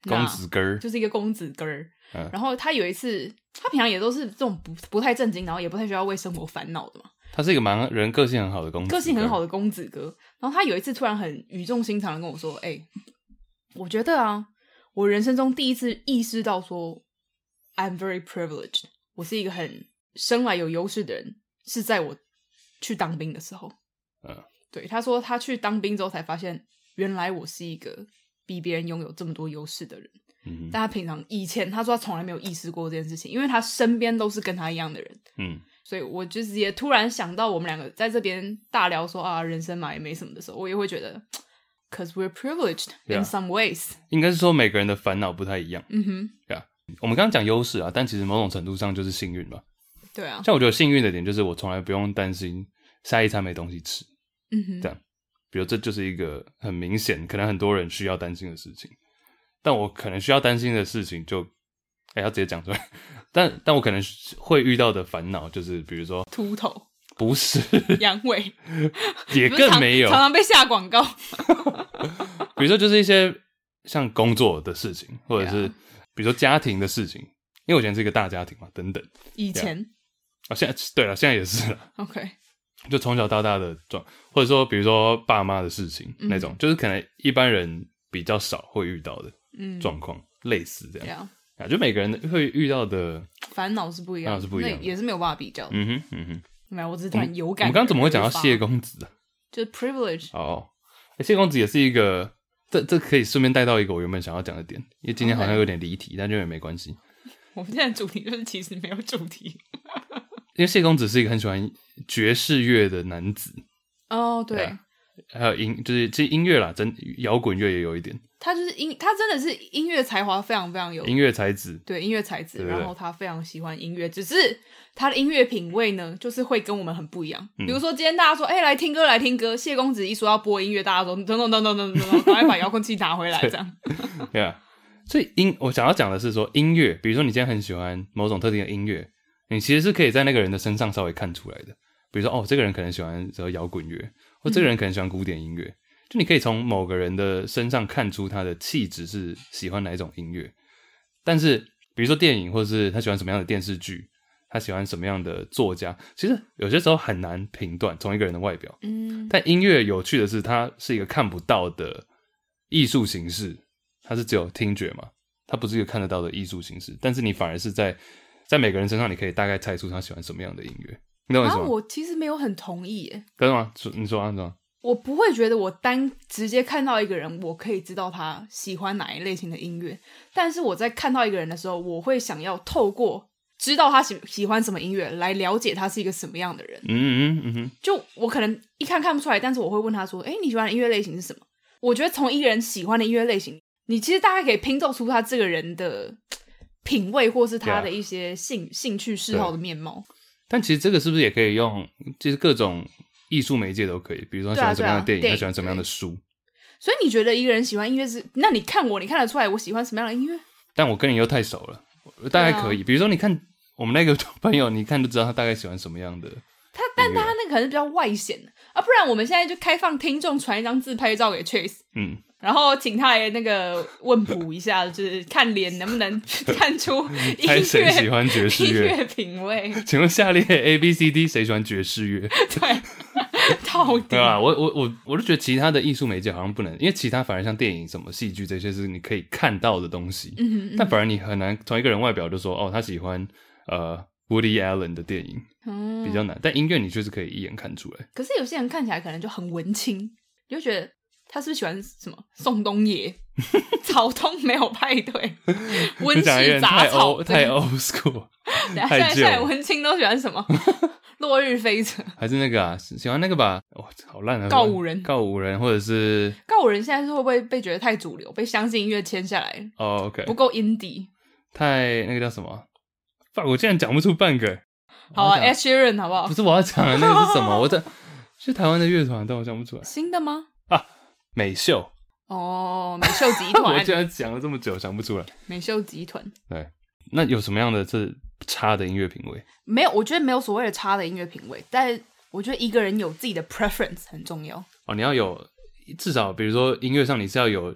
Speaker 1: 公子哥儿，
Speaker 2: 就是一个公子哥儿。
Speaker 1: 嗯
Speaker 2: 然后他有一次，他平常也都是这种不不太正经，然后也不太需要为生活烦恼的嘛，
Speaker 1: 他是一个蛮人个性很好的公子，
Speaker 2: 个性很好。的公子哥。然后他有一次突然很语重心长的跟我说：“哎、我觉得啊，我人生中第一次意识到说，I'm very privileged，我是一个很生来有优势的人，是在我去当兵的时候。”
Speaker 1: 嗯，
Speaker 2: 对，他说他去当兵之后才发现，原来我是一个比别人拥有这么多优势的人。
Speaker 1: 嗯哼
Speaker 2: 但他平常以前他说他从来没有意识过这件事情，因为他身边都是跟他一样的人，
Speaker 1: 嗯，
Speaker 2: 所以我就是也突然想到我们两个在这边大聊说啊人生嘛也没什么的时候，我也会觉得，cause we're privileged in
Speaker 1: Yeah.
Speaker 2: some ways，、
Speaker 1: 应该是说每个人的烦恼不太一样。
Speaker 2: 嗯哼，
Speaker 1: 我们刚刚讲优势啊，但其实某种程度上就是幸运吧。
Speaker 2: 对啊，
Speaker 1: 像我觉得幸运的点就是我从来不用担心下一餐没东西吃，
Speaker 2: 嗯哼，
Speaker 1: 这样比如这就是一个很明显，可能很多人需要担心的事情。但我可能需要担心的事情就，哎、要直接讲出来。但但我可能会遇到的烦恼就是，比如说
Speaker 2: 秃头、
Speaker 1: 不是，
Speaker 2: 阳痿，
Speaker 1: 也
Speaker 2: 不是
Speaker 1: 更
Speaker 2: 常
Speaker 1: 没有
Speaker 2: 常。常被下广告，
Speaker 1: 比如说就是一些像工作的事情，或者是
Speaker 2: Yeah
Speaker 1: 比如说家庭的事情，因为我以前是一个大家庭嘛，等等。
Speaker 2: 以前
Speaker 1: 啊，现在对了，现在也是了，
Speaker 2: OK，
Speaker 1: 就从小到大的状，或者说比如说爸妈的事情、
Speaker 2: 嗯
Speaker 1: 那种，就是可能一般人比较少会遇到的
Speaker 2: 嗯，
Speaker 1: 状况，类似这
Speaker 2: 对
Speaker 1: 样。
Speaker 2: 啊，
Speaker 1: 啊，就每个人会遇到的，
Speaker 2: 烦恼是不一样
Speaker 1: 烦
Speaker 2: 的，
Speaker 1: 恼是不一样的
Speaker 2: 那也是没有办法比较的。
Speaker 1: 嗯哼，嗯哼。
Speaker 2: 没有，我只是突然有
Speaker 1: 我
Speaker 2: 感。
Speaker 1: 们刚刚怎么会讲到
Speaker 2: 而发
Speaker 1: 谢？公子啊？
Speaker 2: 就是 privilege，
Speaker 1: 哦，欸谢公子也是一个，这这可以顺便带到一个我原本想要讲的点，因为今天好像有点离题，但就也没关系。
Speaker 2: 我们现在主题就是其实没有主 题。
Speaker 1: 因为谢公子是一个很喜欢爵士乐的男子，
Speaker 2: 哦，对，
Speaker 1: 对啊还有音，就是其实音乐啦，真摇滚乐也有一点
Speaker 2: 他就是音，他真的是音乐才华非常非常有，
Speaker 1: 音乐才子。
Speaker 2: 对音乐才子，
Speaker 1: 对对对
Speaker 2: 然后他非常喜欢音乐，只是他的音乐品味呢，就是会跟我们很不一样。
Speaker 1: 嗯
Speaker 2: 比如说今天大家说，哎、来听歌，来听歌，谢公子一说要播音乐，大家说，等等等等等等，赶快把遥控器拿回来，这样。
Speaker 1: 对啊，所以音我想要讲的是说，音乐，比如说你今天很喜欢某种特定的音乐，你其实是可以在那个人的身上稍微看出来的。比如说，哦，这个人可能喜欢什么摇滚乐，或这个人可能喜欢古典音乐，就你可以从某个人的身上看出他的气质是喜欢哪一种音乐。但是，比如说电影，或是他喜欢什么样的电视剧，他喜欢什么样的作家，其实有些时候很难评断从一个人的外表。
Speaker 2: 嗯，
Speaker 1: 但音乐有趣的是，它是一个看不到的艺术形式，它是只有听觉嘛，它不是一个看得到的艺术形式。但是你反而是在在每个人身上，你可以大概猜出他喜欢什么样的音乐，你懂我意
Speaker 2: 然
Speaker 1: 思
Speaker 2: 后
Speaker 1: 吗？
Speaker 2: 啊我其实没有很同意耶。
Speaker 1: 懂吗？说你说啊，你说啊，
Speaker 2: 我不会觉得我单直接看到一个人，我可以知道他喜欢哪一类型的音乐。但是我在看到一个人的时候，我会想要透过知道他喜喜欢什么音乐来了解他是一个什么样的人。
Speaker 1: 嗯嗯嗯嗯
Speaker 2: 就我可能一看看不出来，但是我会问他说：“哎，你喜欢的音乐类型是什么？”我觉得从一个人喜欢的音乐类型，你其实大概可以拼凑出他这个人的品味，或是他
Speaker 1: Yeah
Speaker 2: 的一些兴兴趣嗜好的面貌。
Speaker 1: 但其实这个是不是也可以用？其实各种艺术媒介都可以，比如说他喜欢什
Speaker 2: 对啊
Speaker 1: 么样的
Speaker 2: 对
Speaker 1: 电
Speaker 2: 啊
Speaker 1: 影，他喜欢什么样的
Speaker 2: 电
Speaker 1: 书。
Speaker 2: 所以你觉得一个人喜欢音乐是？那你看我，你看得出来我喜欢什么样的音乐？
Speaker 1: 但我跟你又太熟了，我大概
Speaker 2: 对啊
Speaker 1: 可以。比如说，你看我们那个朋友，你看就知道他大概喜欢什么样的。
Speaker 2: 他，但
Speaker 1: 音乐
Speaker 2: 他那个可能是比较外显的啊，不然我们现在就开放听众传一张自拍照给 Chase，
Speaker 1: 嗯，
Speaker 2: 然后请他来那个问卜一下，就是看脸能不能看出 音
Speaker 1: 猜谁喜
Speaker 2: 乐
Speaker 1: 欢爵士
Speaker 2: 音
Speaker 1: 乐？
Speaker 2: 乐品味，
Speaker 1: 请问下列 A、B、C、D 谁喜欢爵士乐？
Speaker 2: 对，到底
Speaker 1: 对啊吧？我我我我就觉得其他的艺术媒介好像不能，因为其他反而像电影、什么戏剧这些是你可以看到的东西，
Speaker 2: 嗯嗯
Speaker 1: 但反而你很难从一个人外表就说哦，他喜欢呃 Woody Allen 的电影
Speaker 2: 嗯
Speaker 1: 比较难，但音乐你确实可以一眼看出来。
Speaker 2: 可是有些人看起来可能就很文青，你就觉得他是不是喜欢什么宋 冬野、草东没有派对、温
Speaker 1: 就讲一个
Speaker 2: 室
Speaker 1: 人
Speaker 2: 杂
Speaker 1: 太
Speaker 2: 草
Speaker 1: 欧
Speaker 2: 这个
Speaker 1: 太 old school，
Speaker 2: 等一下
Speaker 1: 太
Speaker 2: 现在现在
Speaker 1: 旧了
Speaker 2: 文青都喜欢 什么？落日飞车。
Speaker 1: 还是那个啊，喜欢那个吧？哇、好烂啊！
Speaker 2: 告五人
Speaker 1: 告五人，或者是
Speaker 2: 告五人现在是会不会被觉得太主流，被相信音乐签下来，
Speaker 1: 哦，OK，
Speaker 2: 不够 indie？
Speaker 1: 太那个叫什么？法我竟然讲不出半个。
Speaker 2: 好啊啊
Speaker 1: 我想
Speaker 2: ，Ed Sheeran 好不好
Speaker 1: 不？是我要讲的那个是什么？我在 是台湾的乐团，但我想不出来。
Speaker 2: 新的吗？
Speaker 1: 美秀，
Speaker 2: 哦，美秀集
Speaker 1: 我
Speaker 2: 团
Speaker 1: 竟，然讲了这么久，想不出来。
Speaker 2: 美秀集团
Speaker 1: 那有什么样的这差的音乐品味？
Speaker 2: 没有，我觉得没有所谓的差的音乐品味，但我觉得一个人有自己的 preference 很重要。
Speaker 1: 哦，你要有至少，比如说音乐上你是要有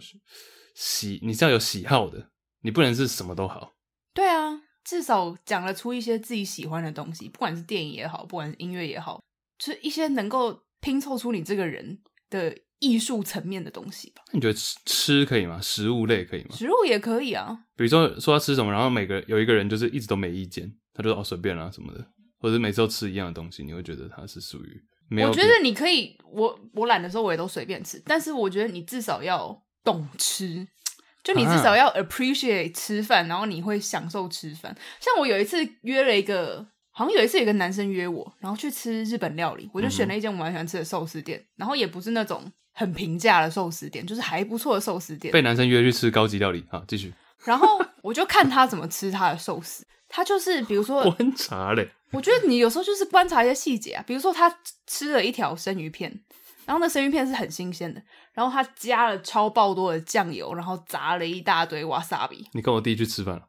Speaker 1: 喜，你是要有喜好的，你不能是什么都好。
Speaker 2: 对啊，至少讲得出一些自己喜欢的东西，不管是电影也好，不管是音乐也好，就是一些能够拼凑出你这个人的艺术层面的东西吧。
Speaker 1: 那你觉得吃吃可以吗？食物类可以吗？
Speaker 2: 植物也可以啊，
Speaker 1: 比如说说要吃什么，然后每个有一个人就是一直都没意见，他就说哦随便啦、什么的，或者是每次都吃一样的东西，你会觉得他是属于没有
Speaker 2: 我
Speaker 1: 比。
Speaker 2: 觉得你可以，我我懒的时候我也都随便吃，但是我觉得你至少要懂吃，就你至
Speaker 1: 啊
Speaker 2: 少要 appreciate 吃饭，然后你会享受吃饭。像我有一次约了一个，好像有一次有一个男生约我，然后去吃日本料理，我就
Speaker 1: 嗯
Speaker 2: 选了一间我蛮喜欢吃的寿司店，然后也不是那种很平价的寿司店，就是还不错的寿司店。
Speaker 1: 被男生约去吃高级料理，好继续
Speaker 2: 然后我就看他怎么吃他的寿司，他就是比如 说
Speaker 1: 观察嘞。
Speaker 2: 我觉得你有时候就是观察一些细节啊，比如说他吃了一条生鱼片，然后那生鱼片是很新鲜的，然后他加了超爆多的酱油，然后砸了一大堆 wasabi。
Speaker 1: 你跟我弟去吃 饭了，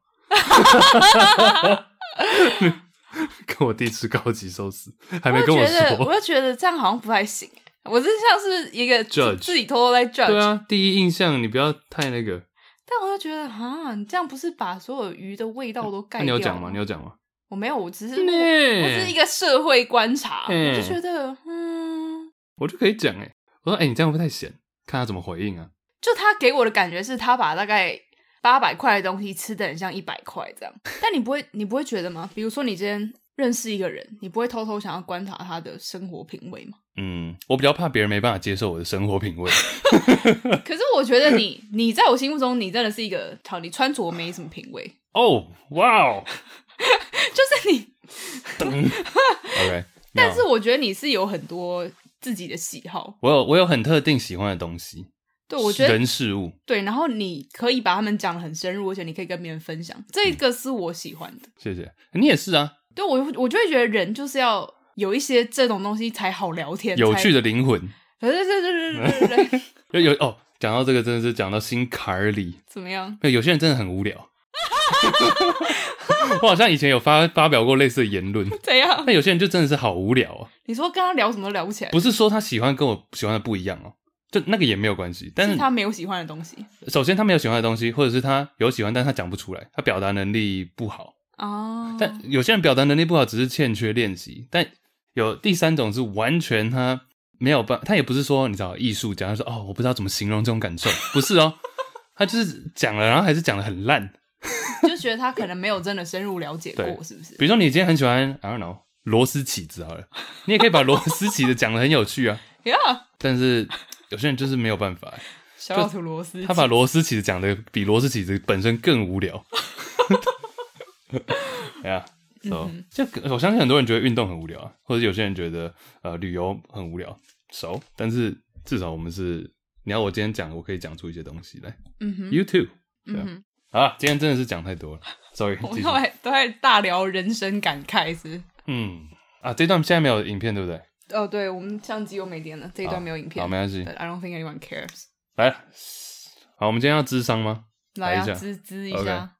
Speaker 1: 跟我弟吃高级寿司，还没
Speaker 2: 我就
Speaker 1: 跟
Speaker 2: 觉得，
Speaker 1: 说。
Speaker 2: 我就觉得这样好像不太行。欸我这像是一个自
Speaker 1: Judge
Speaker 2: 自己偷偷在 judge，
Speaker 1: 对啊，第一印象你不要太那个。
Speaker 2: 但我就觉得啊，你这样不是把所有鱼的味道都盖
Speaker 1: 那啊
Speaker 2: 掉？
Speaker 1: 你有讲吗？你有讲吗？
Speaker 2: 我没有，我只是
Speaker 1: 呢
Speaker 2: 我我只是一个社会观察，
Speaker 1: 嗯
Speaker 2: 我就觉得嗯，
Speaker 1: 我就可以讲哎、我说哎、你这样会不会太闲？看他怎么回应啊。
Speaker 2: 就他给我的感觉是他把大概八百块的东西吃的很像一百块这样，但你不会，你不会觉得吗？比如说你今天认识一个人，你不会偷偷想要观察他的生活品味吗？
Speaker 1: 嗯，我比较怕别人没办法接受我的生活 品味。
Speaker 2: 可是我觉得你，你在我心目中，你真的是一个，好，你穿着没什么品味，
Speaker 1: 哦，哇哦
Speaker 2: 就是你，
Speaker 1: ，OK 没有。
Speaker 2: 但是我觉得你是有很多自己的喜好，
Speaker 1: 我有我有很特定喜欢的东西，
Speaker 2: 对我觉得
Speaker 1: 人事物。
Speaker 2: 对，然后你可以把他们讲的很深入，而且你可以跟别人分享，这
Speaker 1: 嗯
Speaker 2: 个是我喜欢的。
Speaker 1: 谢谢你也是啊，
Speaker 2: 对我，我就会觉得人就是要有一些这种东西才好聊天，
Speaker 1: 有
Speaker 2: 才
Speaker 1: 趣的灵魂。
Speaker 2: 对对对对对对 对，
Speaker 1: 有有哦，讲到这个真的是讲到心坎儿里。
Speaker 2: 怎么样？
Speaker 1: 有些人真的很无聊。 我好像以前有发发表过类似的言论，
Speaker 2: 怎样？
Speaker 1: 但有些人就真的是好无聊啊。
Speaker 2: 你说跟他聊什么都聊不起来，
Speaker 1: 不是说他喜欢跟我喜欢的不一样哦，就那个也没有关系。但
Speaker 2: 是他没有喜欢的东西
Speaker 1: 首先他没有喜欢的东西，或者是他有喜欢，但是他讲不出来，他表达能力不好。
Speaker 2: 哦。
Speaker 1: 但有些人表达能力不好，只是欠缺练习。但有第三种是完全他没有办，他也不是说你知道艺术家，他说哦，我不知道怎么形容这种感受，不是哦，他就是讲了，然后还是讲的很烂。
Speaker 2: 就觉得他可能没有真的深入了解
Speaker 1: 对
Speaker 2: 过，是不是
Speaker 1: 比？如说你今天很喜欢，I don't know，螺丝起子 好了，你也可以把螺丝起子讲的很有趣啊。
Speaker 2: 呀，
Speaker 1: 但是有些人就是没有办法欸、
Speaker 2: 小老土螺丝，
Speaker 1: 他把螺丝起子讲的比螺丝起子本身更无聊。 哎呀，so,
Speaker 2: 嗯
Speaker 1: 就我相信很多人觉得运动很无聊啊，或者有些人觉得呃旅游很无聊。熟，但是至少我们是，你要我今天讲，我可以讲出一些东西来。
Speaker 2: 嗯哼，
Speaker 1: You too 对啊。
Speaker 2: 嗯
Speaker 1: 啊，今天真的是讲太多了，sorry
Speaker 2: 哼，我
Speaker 1: 继
Speaker 2: 们
Speaker 1: 续。
Speaker 2: 都在都在大聊人生感慨是不是。
Speaker 1: 嗯，啊，这段现在没有影片，对不对？
Speaker 2: 哦，对，我们相机又没电了，这一段没有影片
Speaker 1: 啊好，。没关系
Speaker 2: But。I don't think anyone cares。
Speaker 1: 来了，好，我们今天要智商吗？
Speaker 2: 来
Speaker 1: 来一
Speaker 2: 啊，
Speaker 1: 下
Speaker 2: 滋滋一
Speaker 1: OK
Speaker 2: 下。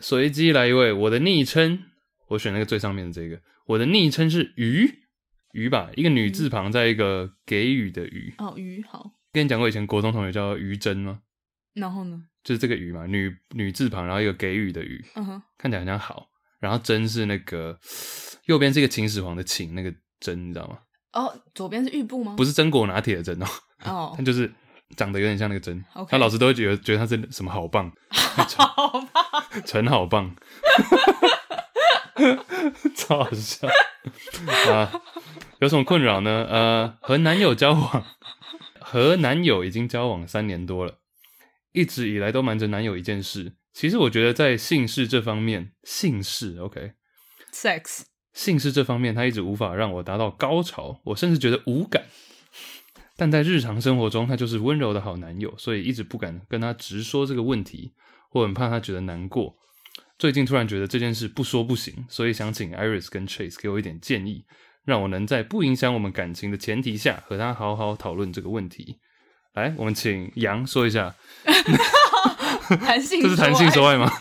Speaker 1: 随机来一位，我的昵称，我选那个最上面的这个，我的昵称是鱼鱼吧，一个女字旁在一个给予的予。
Speaker 2: 哦，鱼好。
Speaker 1: 跟你讲过，以前国中同学叫于真吗？
Speaker 2: 然后呢？
Speaker 1: 就是这个鱼嘛，女女字旁，然后一个给予的予，
Speaker 2: 嗯哼，
Speaker 1: 看起来很像好，然后真是那个右边是一个秦始皇的秦，那个真你知道吗？
Speaker 2: 哦，左边是玉部吗？
Speaker 1: 不是榛果拿铁的真哦，
Speaker 2: 哦
Speaker 1: 它，就是长得有点像那个真，
Speaker 2: OK
Speaker 1: 他老师都会觉得觉得他是什么好 棒，
Speaker 2: 好吧。
Speaker 1: 陈好棒， 超好笑啊！有什么困扰呢？呃，和男友交往，和男友已经交往三年多了，一直以来都瞒着男友一件事。其实我觉得在姓氏这方面，姓氏 OK，
Speaker 2: Sex。
Speaker 1: 姓氏这方面他一直无法让我达到高潮，我甚至觉得无感。但在日常生活中，他就是温柔的好男友，所以一直不敢跟他直说这个问题，我很怕他觉得难过。最近突然觉得这件事不说不行，所以想请 Iris 跟 Chase 给我一点建议，让我能在不影响我们感情的前提下，和他好好讨论这个问题。来，我们请杨说一下，
Speaker 2: 弹性
Speaker 1: 这是弹性
Speaker 2: 说
Speaker 1: 说
Speaker 2: 爱。
Speaker 1: 爱吗？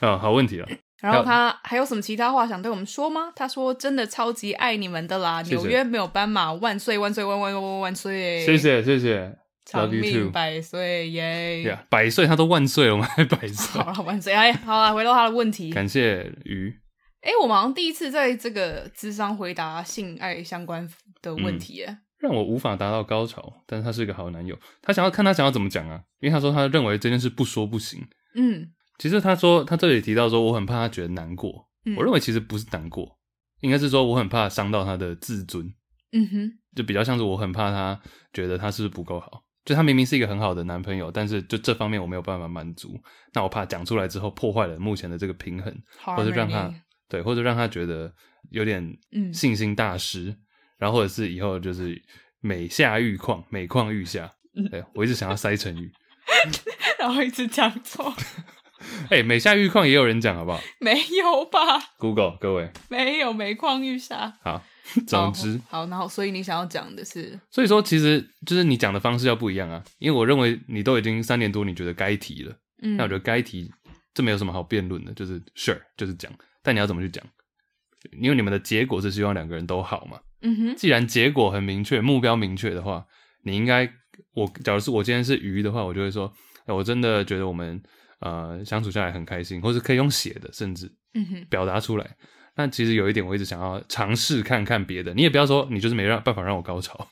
Speaker 1: 啊，好问题啊！
Speaker 2: 然后他还有什么其他话想对我们说吗？他说：“真的超级爱你们的啦，
Speaker 1: 谢谢
Speaker 2: 纽约没有斑马，万岁万岁万万万万万岁！
Speaker 1: 谢，谢谢谢
Speaker 2: 长
Speaker 1: ，Love you
Speaker 2: 命
Speaker 1: too
Speaker 2: 百岁耶
Speaker 1: 呀！百岁他都万岁了，我们还百岁
Speaker 2: 好，了，万 岁！哎，好了，回到他的问题。
Speaker 1: 感谢鱼。
Speaker 2: 哎、我们好像第一次在这个智商回答性爱相关的问
Speaker 1: 嗯
Speaker 2: 题耶。
Speaker 1: 让我无法达到高潮，但是他是一个好男友。他想要看他想要怎么讲啊，因为他说他认为这件事不说不行。
Speaker 2: 嗯
Speaker 1: 其实他说他这里提到说我很怕他觉得难过，
Speaker 2: 嗯，
Speaker 1: 我认为其实不是难过，应该是说我很怕伤到他的自尊，
Speaker 2: 嗯哼，
Speaker 1: 就比较像是我很怕他觉得他是不是不够好，就他明明是一个很好的男朋友，但是就这方面我没有办法满足，那我怕讲出来之后破坏了目前的这个平衡，
Speaker 2: 好啊
Speaker 1: 或者让他
Speaker 2: Harmony
Speaker 1: 对，或者让他觉得有点
Speaker 2: 嗯
Speaker 1: 信心大失，然后或者是以后就是每下愈况，每况愈下。
Speaker 2: 嗯
Speaker 1: 对我一直想要塞成语，
Speaker 2: 然后一直讲 错，
Speaker 1: 哎、每下愈况也有人讲好不好
Speaker 2: 没有吧？
Speaker 1: ？Google 各位
Speaker 2: 没有，每况愈下。
Speaker 1: 好，总之，
Speaker 2: 好，好然后所以你想要讲的是，
Speaker 1: 所以说其实就是你讲的方式要不一样啊，因为我认为你都已经三年多，你觉得该提了，
Speaker 2: 嗯，
Speaker 1: 那我觉得该提这没有什么好辩论的，就是 sure 就是讲，但你要怎么去讲？因为你们的结果是希望两个人都好嘛，
Speaker 2: 嗯哼，
Speaker 1: 既然结果很明确，目标明确的话，你应该，我假如是我今天是鱼的话，我就会说，哎我真的觉得我们呃相处下来很开心，或是可以用写的，甚至
Speaker 2: 嗯哼，
Speaker 1: 表达出来。那其实有一点，我一直想要尝试看看别的。你也不要说你就是没让办法让我高潮，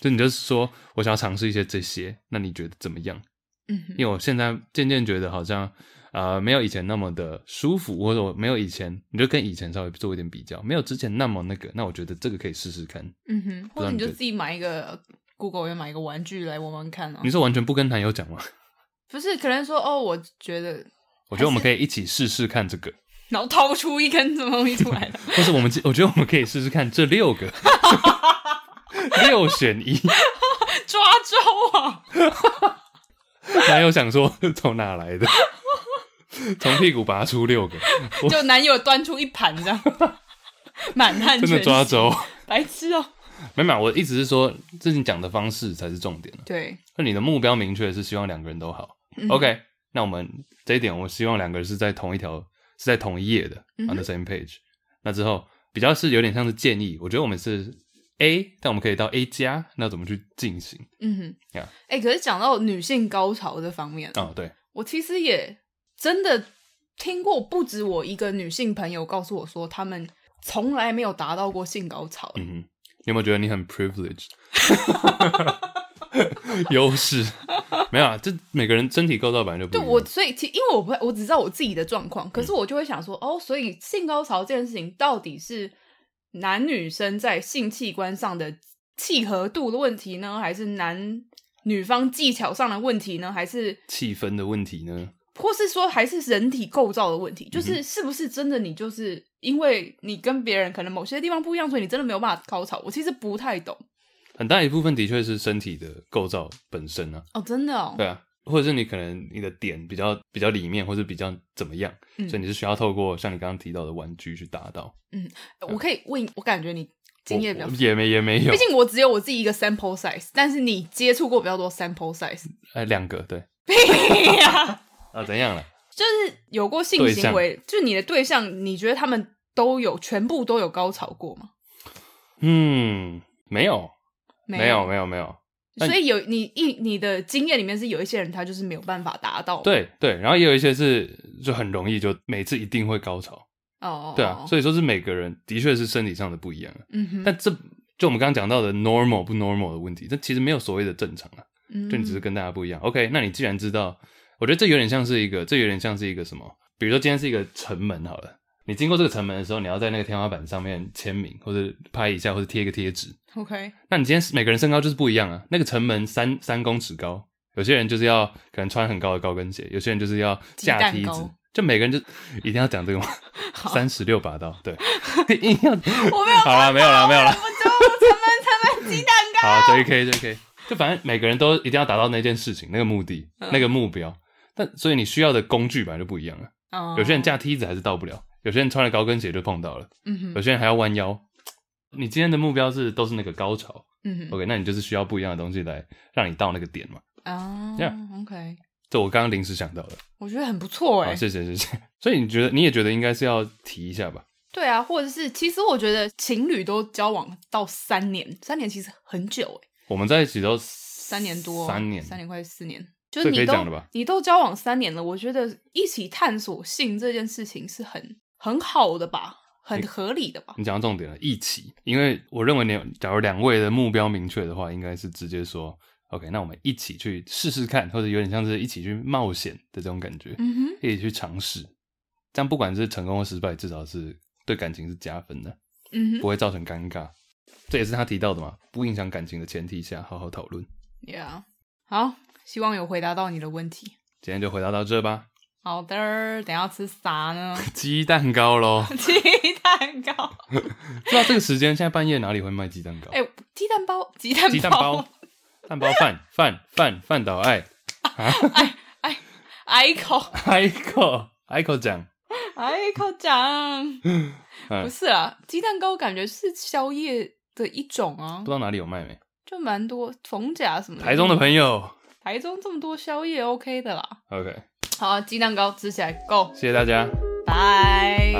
Speaker 1: 就你就是说我想要尝试一些这些，那你觉得怎么样？
Speaker 2: 嗯哼，
Speaker 1: 因为我现在渐渐觉得好像呃没有以前那么的舒服，或者我没有以前，你就跟以前稍微做一点比较，没有之前那么那个。那我觉得这个可以试试看。
Speaker 2: 嗯哼，或者
Speaker 1: 不
Speaker 2: 你
Speaker 1: 然你
Speaker 2: 就
Speaker 1: 就
Speaker 2: 自己买一个 Google 要买一个玩具来玩玩看啊
Speaker 1: 你。是完全不跟男友 讲吗？
Speaker 2: 不是，可能说哦，我觉得，
Speaker 1: 我觉得我们可以一起试试看这个，
Speaker 2: 然后掏出一根什么东西 出来了。
Speaker 1: 或是我们我觉得我们可以试试看这六 个，六选一。
Speaker 2: 抓周啊！
Speaker 1: 男友想说从哪来 的？从屁股拔出六个，我
Speaker 2: 就男友端出一盘这样， 满汉
Speaker 1: 真的
Speaker 2: 全
Speaker 1: 抓
Speaker 2: 席
Speaker 1: 周。
Speaker 2: 白痴哦、
Speaker 1: 没有，我一直是说，这你讲的方式才是重点啊
Speaker 2: 对，
Speaker 1: 那你的目标明确是希望两个人都好。
Speaker 2: 嗯
Speaker 1: OK，那我们这一点，我希望两个人是在同一条，是在同一页的、
Speaker 2: 嗯哼
Speaker 1: on the same page。那之后比较是有点像是建议，我觉得我们是 A，但我们可以到 A 加，那怎么去进行？
Speaker 2: 嗯哼，哎
Speaker 1: Yeah、
Speaker 2: 可是讲到女性高潮这方面，
Speaker 1: 哦，对，
Speaker 2: 我其实也真的听过不止我一个女性朋友告诉我说，她们从来没有达到过性高潮。
Speaker 1: 嗯哼，你有没有觉得你很 privileged？优势没有啊，这每个人身体构造本来就不一
Speaker 2: 对
Speaker 1: 样。
Speaker 2: 我，所以其因为我不我只知道我自己的状况，可是我就会想说，哦，所以性高潮这件事情到底是男女生在性器官上的契合度的问题呢，还是男女方技巧上的问题呢，还是
Speaker 1: 气氛的问题呢？
Speaker 2: 或是说还是人体构造的问题，就是是不是真的你就是因为你跟别人可能某些地方不一样，所以你真的没有办法高潮。我其实不太懂
Speaker 1: 很大一部分的确是身体的构造本身啊，
Speaker 2: 哦，真的哦，
Speaker 1: 对啊，或者是你可能你的点比较比较里面，或者比较怎么样，
Speaker 2: 嗯
Speaker 1: 所以你是需要透过像你刚刚提到的玩具去达到。
Speaker 2: 我可以问，我感觉你经验比较
Speaker 1: 我我，也没也没有
Speaker 2: 毕，竟我只有我自己一个 sample size，但是你接触过比较多 sample size，
Speaker 1: 哎，两个对
Speaker 2: 对呀、
Speaker 1: 啊，怎样了？
Speaker 2: 就是有过性
Speaker 1: 对
Speaker 2: 行为，就你的对象，你觉得他们都有全部都有高潮过吗？
Speaker 1: 嗯，没有，没有，
Speaker 2: 有，
Speaker 1: 没有，没有。那你
Speaker 2: 所以有你一你的经验里面是有一些人他就是没有办法达到，
Speaker 1: 对对，然后也有一些是就很容易，就每次一定会高潮。
Speaker 2: 哦，
Speaker 1: 对啊，所以说是每个人的确是身体上的不一样啊。
Speaker 2: 嗯哼，
Speaker 1: 但这就我们刚刚讲到的 normal 不 normal 的问题，这其实没有所谓的正常啊，
Speaker 2: 嗯
Speaker 1: 就你只是跟大家不一样。OK，那你既然知道，我觉得这有点像是一个，这有点像是一个什么？比如说今天是一个城门好了，你经过这个城门的时候，你要在那个天花板上面签名，或者拍一下，或者贴一个贴纸。
Speaker 2: OK，
Speaker 1: 那你今天每个人身高就是不一样啊。那个城门三三公尺高，有些人就是要可能穿很高的高跟鞋，有些人就是要架
Speaker 2: 鸡
Speaker 1: 梯
Speaker 2: 蛋
Speaker 1: 子
Speaker 2: 糕，
Speaker 1: 就每个人就一定要讲这个 吗？三十六把刀，对，硬要。
Speaker 2: 我没有啊
Speaker 1: 好啦，没有啦，没有啦。
Speaker 2: 我就我成本成本鸡蛋糕。
Speaker 1: 啊好，J.K. J.K. 就反正每个人都一定要达到那件事情、那个目的、
Speaker 2: 嗯
Speaker 1: 那个目标。但所以你需要的工具本来就不一样了。啊
Speaker 2: 哦
Speaker 1: 有些人，架梯子还是到不了，有些人穿了高跟鞋就碰到了，
Speaker 2: 嗯哼，
Speaker 1: 有些人还要弯腰，你今天的目标是都是那个高潮
Speaker 2: 嗯哼
Speaker 1: ，OK？那你就是需要不一样的东西来让你到那个点嘛。
Speaker 2: 啊
Speaker 1: Yeah
Speaker 2: ，OK，
Speaker 1: 这我刚刚临时想到的，
Speaker 2: 我觉得很不错哎
Speaker 1: 好，。谢谢谢 谢。所以你觉得你也觉得应该是要提一下吧？
Speaker 2: 对啊，或者是其实我觉得情侣都交往到三年，三年其实很久哎，
Speaker 1: 我们在一起都三
Speaker 2: 三年多，
Speaker 1: 三年，
Speaker 2: 三年快四年，
Speaker 1: 这
Speaker 2: 就是
Speaker 1: 可
Speaker 2: 你
Speaker 1: 以
Speaker 2: 都
Speaker 1: 讲了吧
Speaker 2: 你都交往三年了，我觉得一起探索性这件事情是很很好的吧，很
Speaker 1: 你
Speaker 2: 合理的吧。
Speaker 1: 你讲到重点了，一起。因为我认为你有假如两位的目标明确的话，应该是直接说 OK，那我们一起去试试看，或者有点像是一起去冒险的这种感觉，
Speaker 2: 嗯哼，
Speaker 1: 一起去尝试。这样不管是成功或失败，至少是对感情是加分的，
Speaker 2: 嗯哼
Speaker 1: 不会造成尴尬。这也是他提到的嘛，不影响感情的前提下，好好讨论。
Speaker 2: ，Yeah，好，希望有回答到你的问题。
Speaker 1: 今天就回答到这吧，
Speaker 2: 好的，等一下吃啥呢？
Speaker 1: 鸡蛋糕喽。
Speaker 2: 鸡蛋糕。
Speaker 1: 不知道这个时间，现在半夜哪里会卖鸡蛋糕？
Speaker 2: 哎、鸡蛋包，鸡蛋包，
Speaker 1: 鸡蛋 包，蛋包饭饭饭饭岛爱，
Speaker 2: i c o
Speaker 1: 海口海口讲，
Speaker 2: i c o 酱，
Speaker 1: 嗯
Speaker 2: 不是啦，鸡蛋糕感觉是宵夜的一种啊
Speaker 1: 不知，道哪里有卖没？
Speaker 2: 就蛮多逢甲什么
Speaker 1: 台中的朋友
Speaker 2: 台中这么多宵夜 OK 的啦。
Speaker 1: ，OK，
Speaker 2: 好，鸡蛋糕吃起来够，
Speaker 1: 谢谢大家。
Speaker 2: 拜。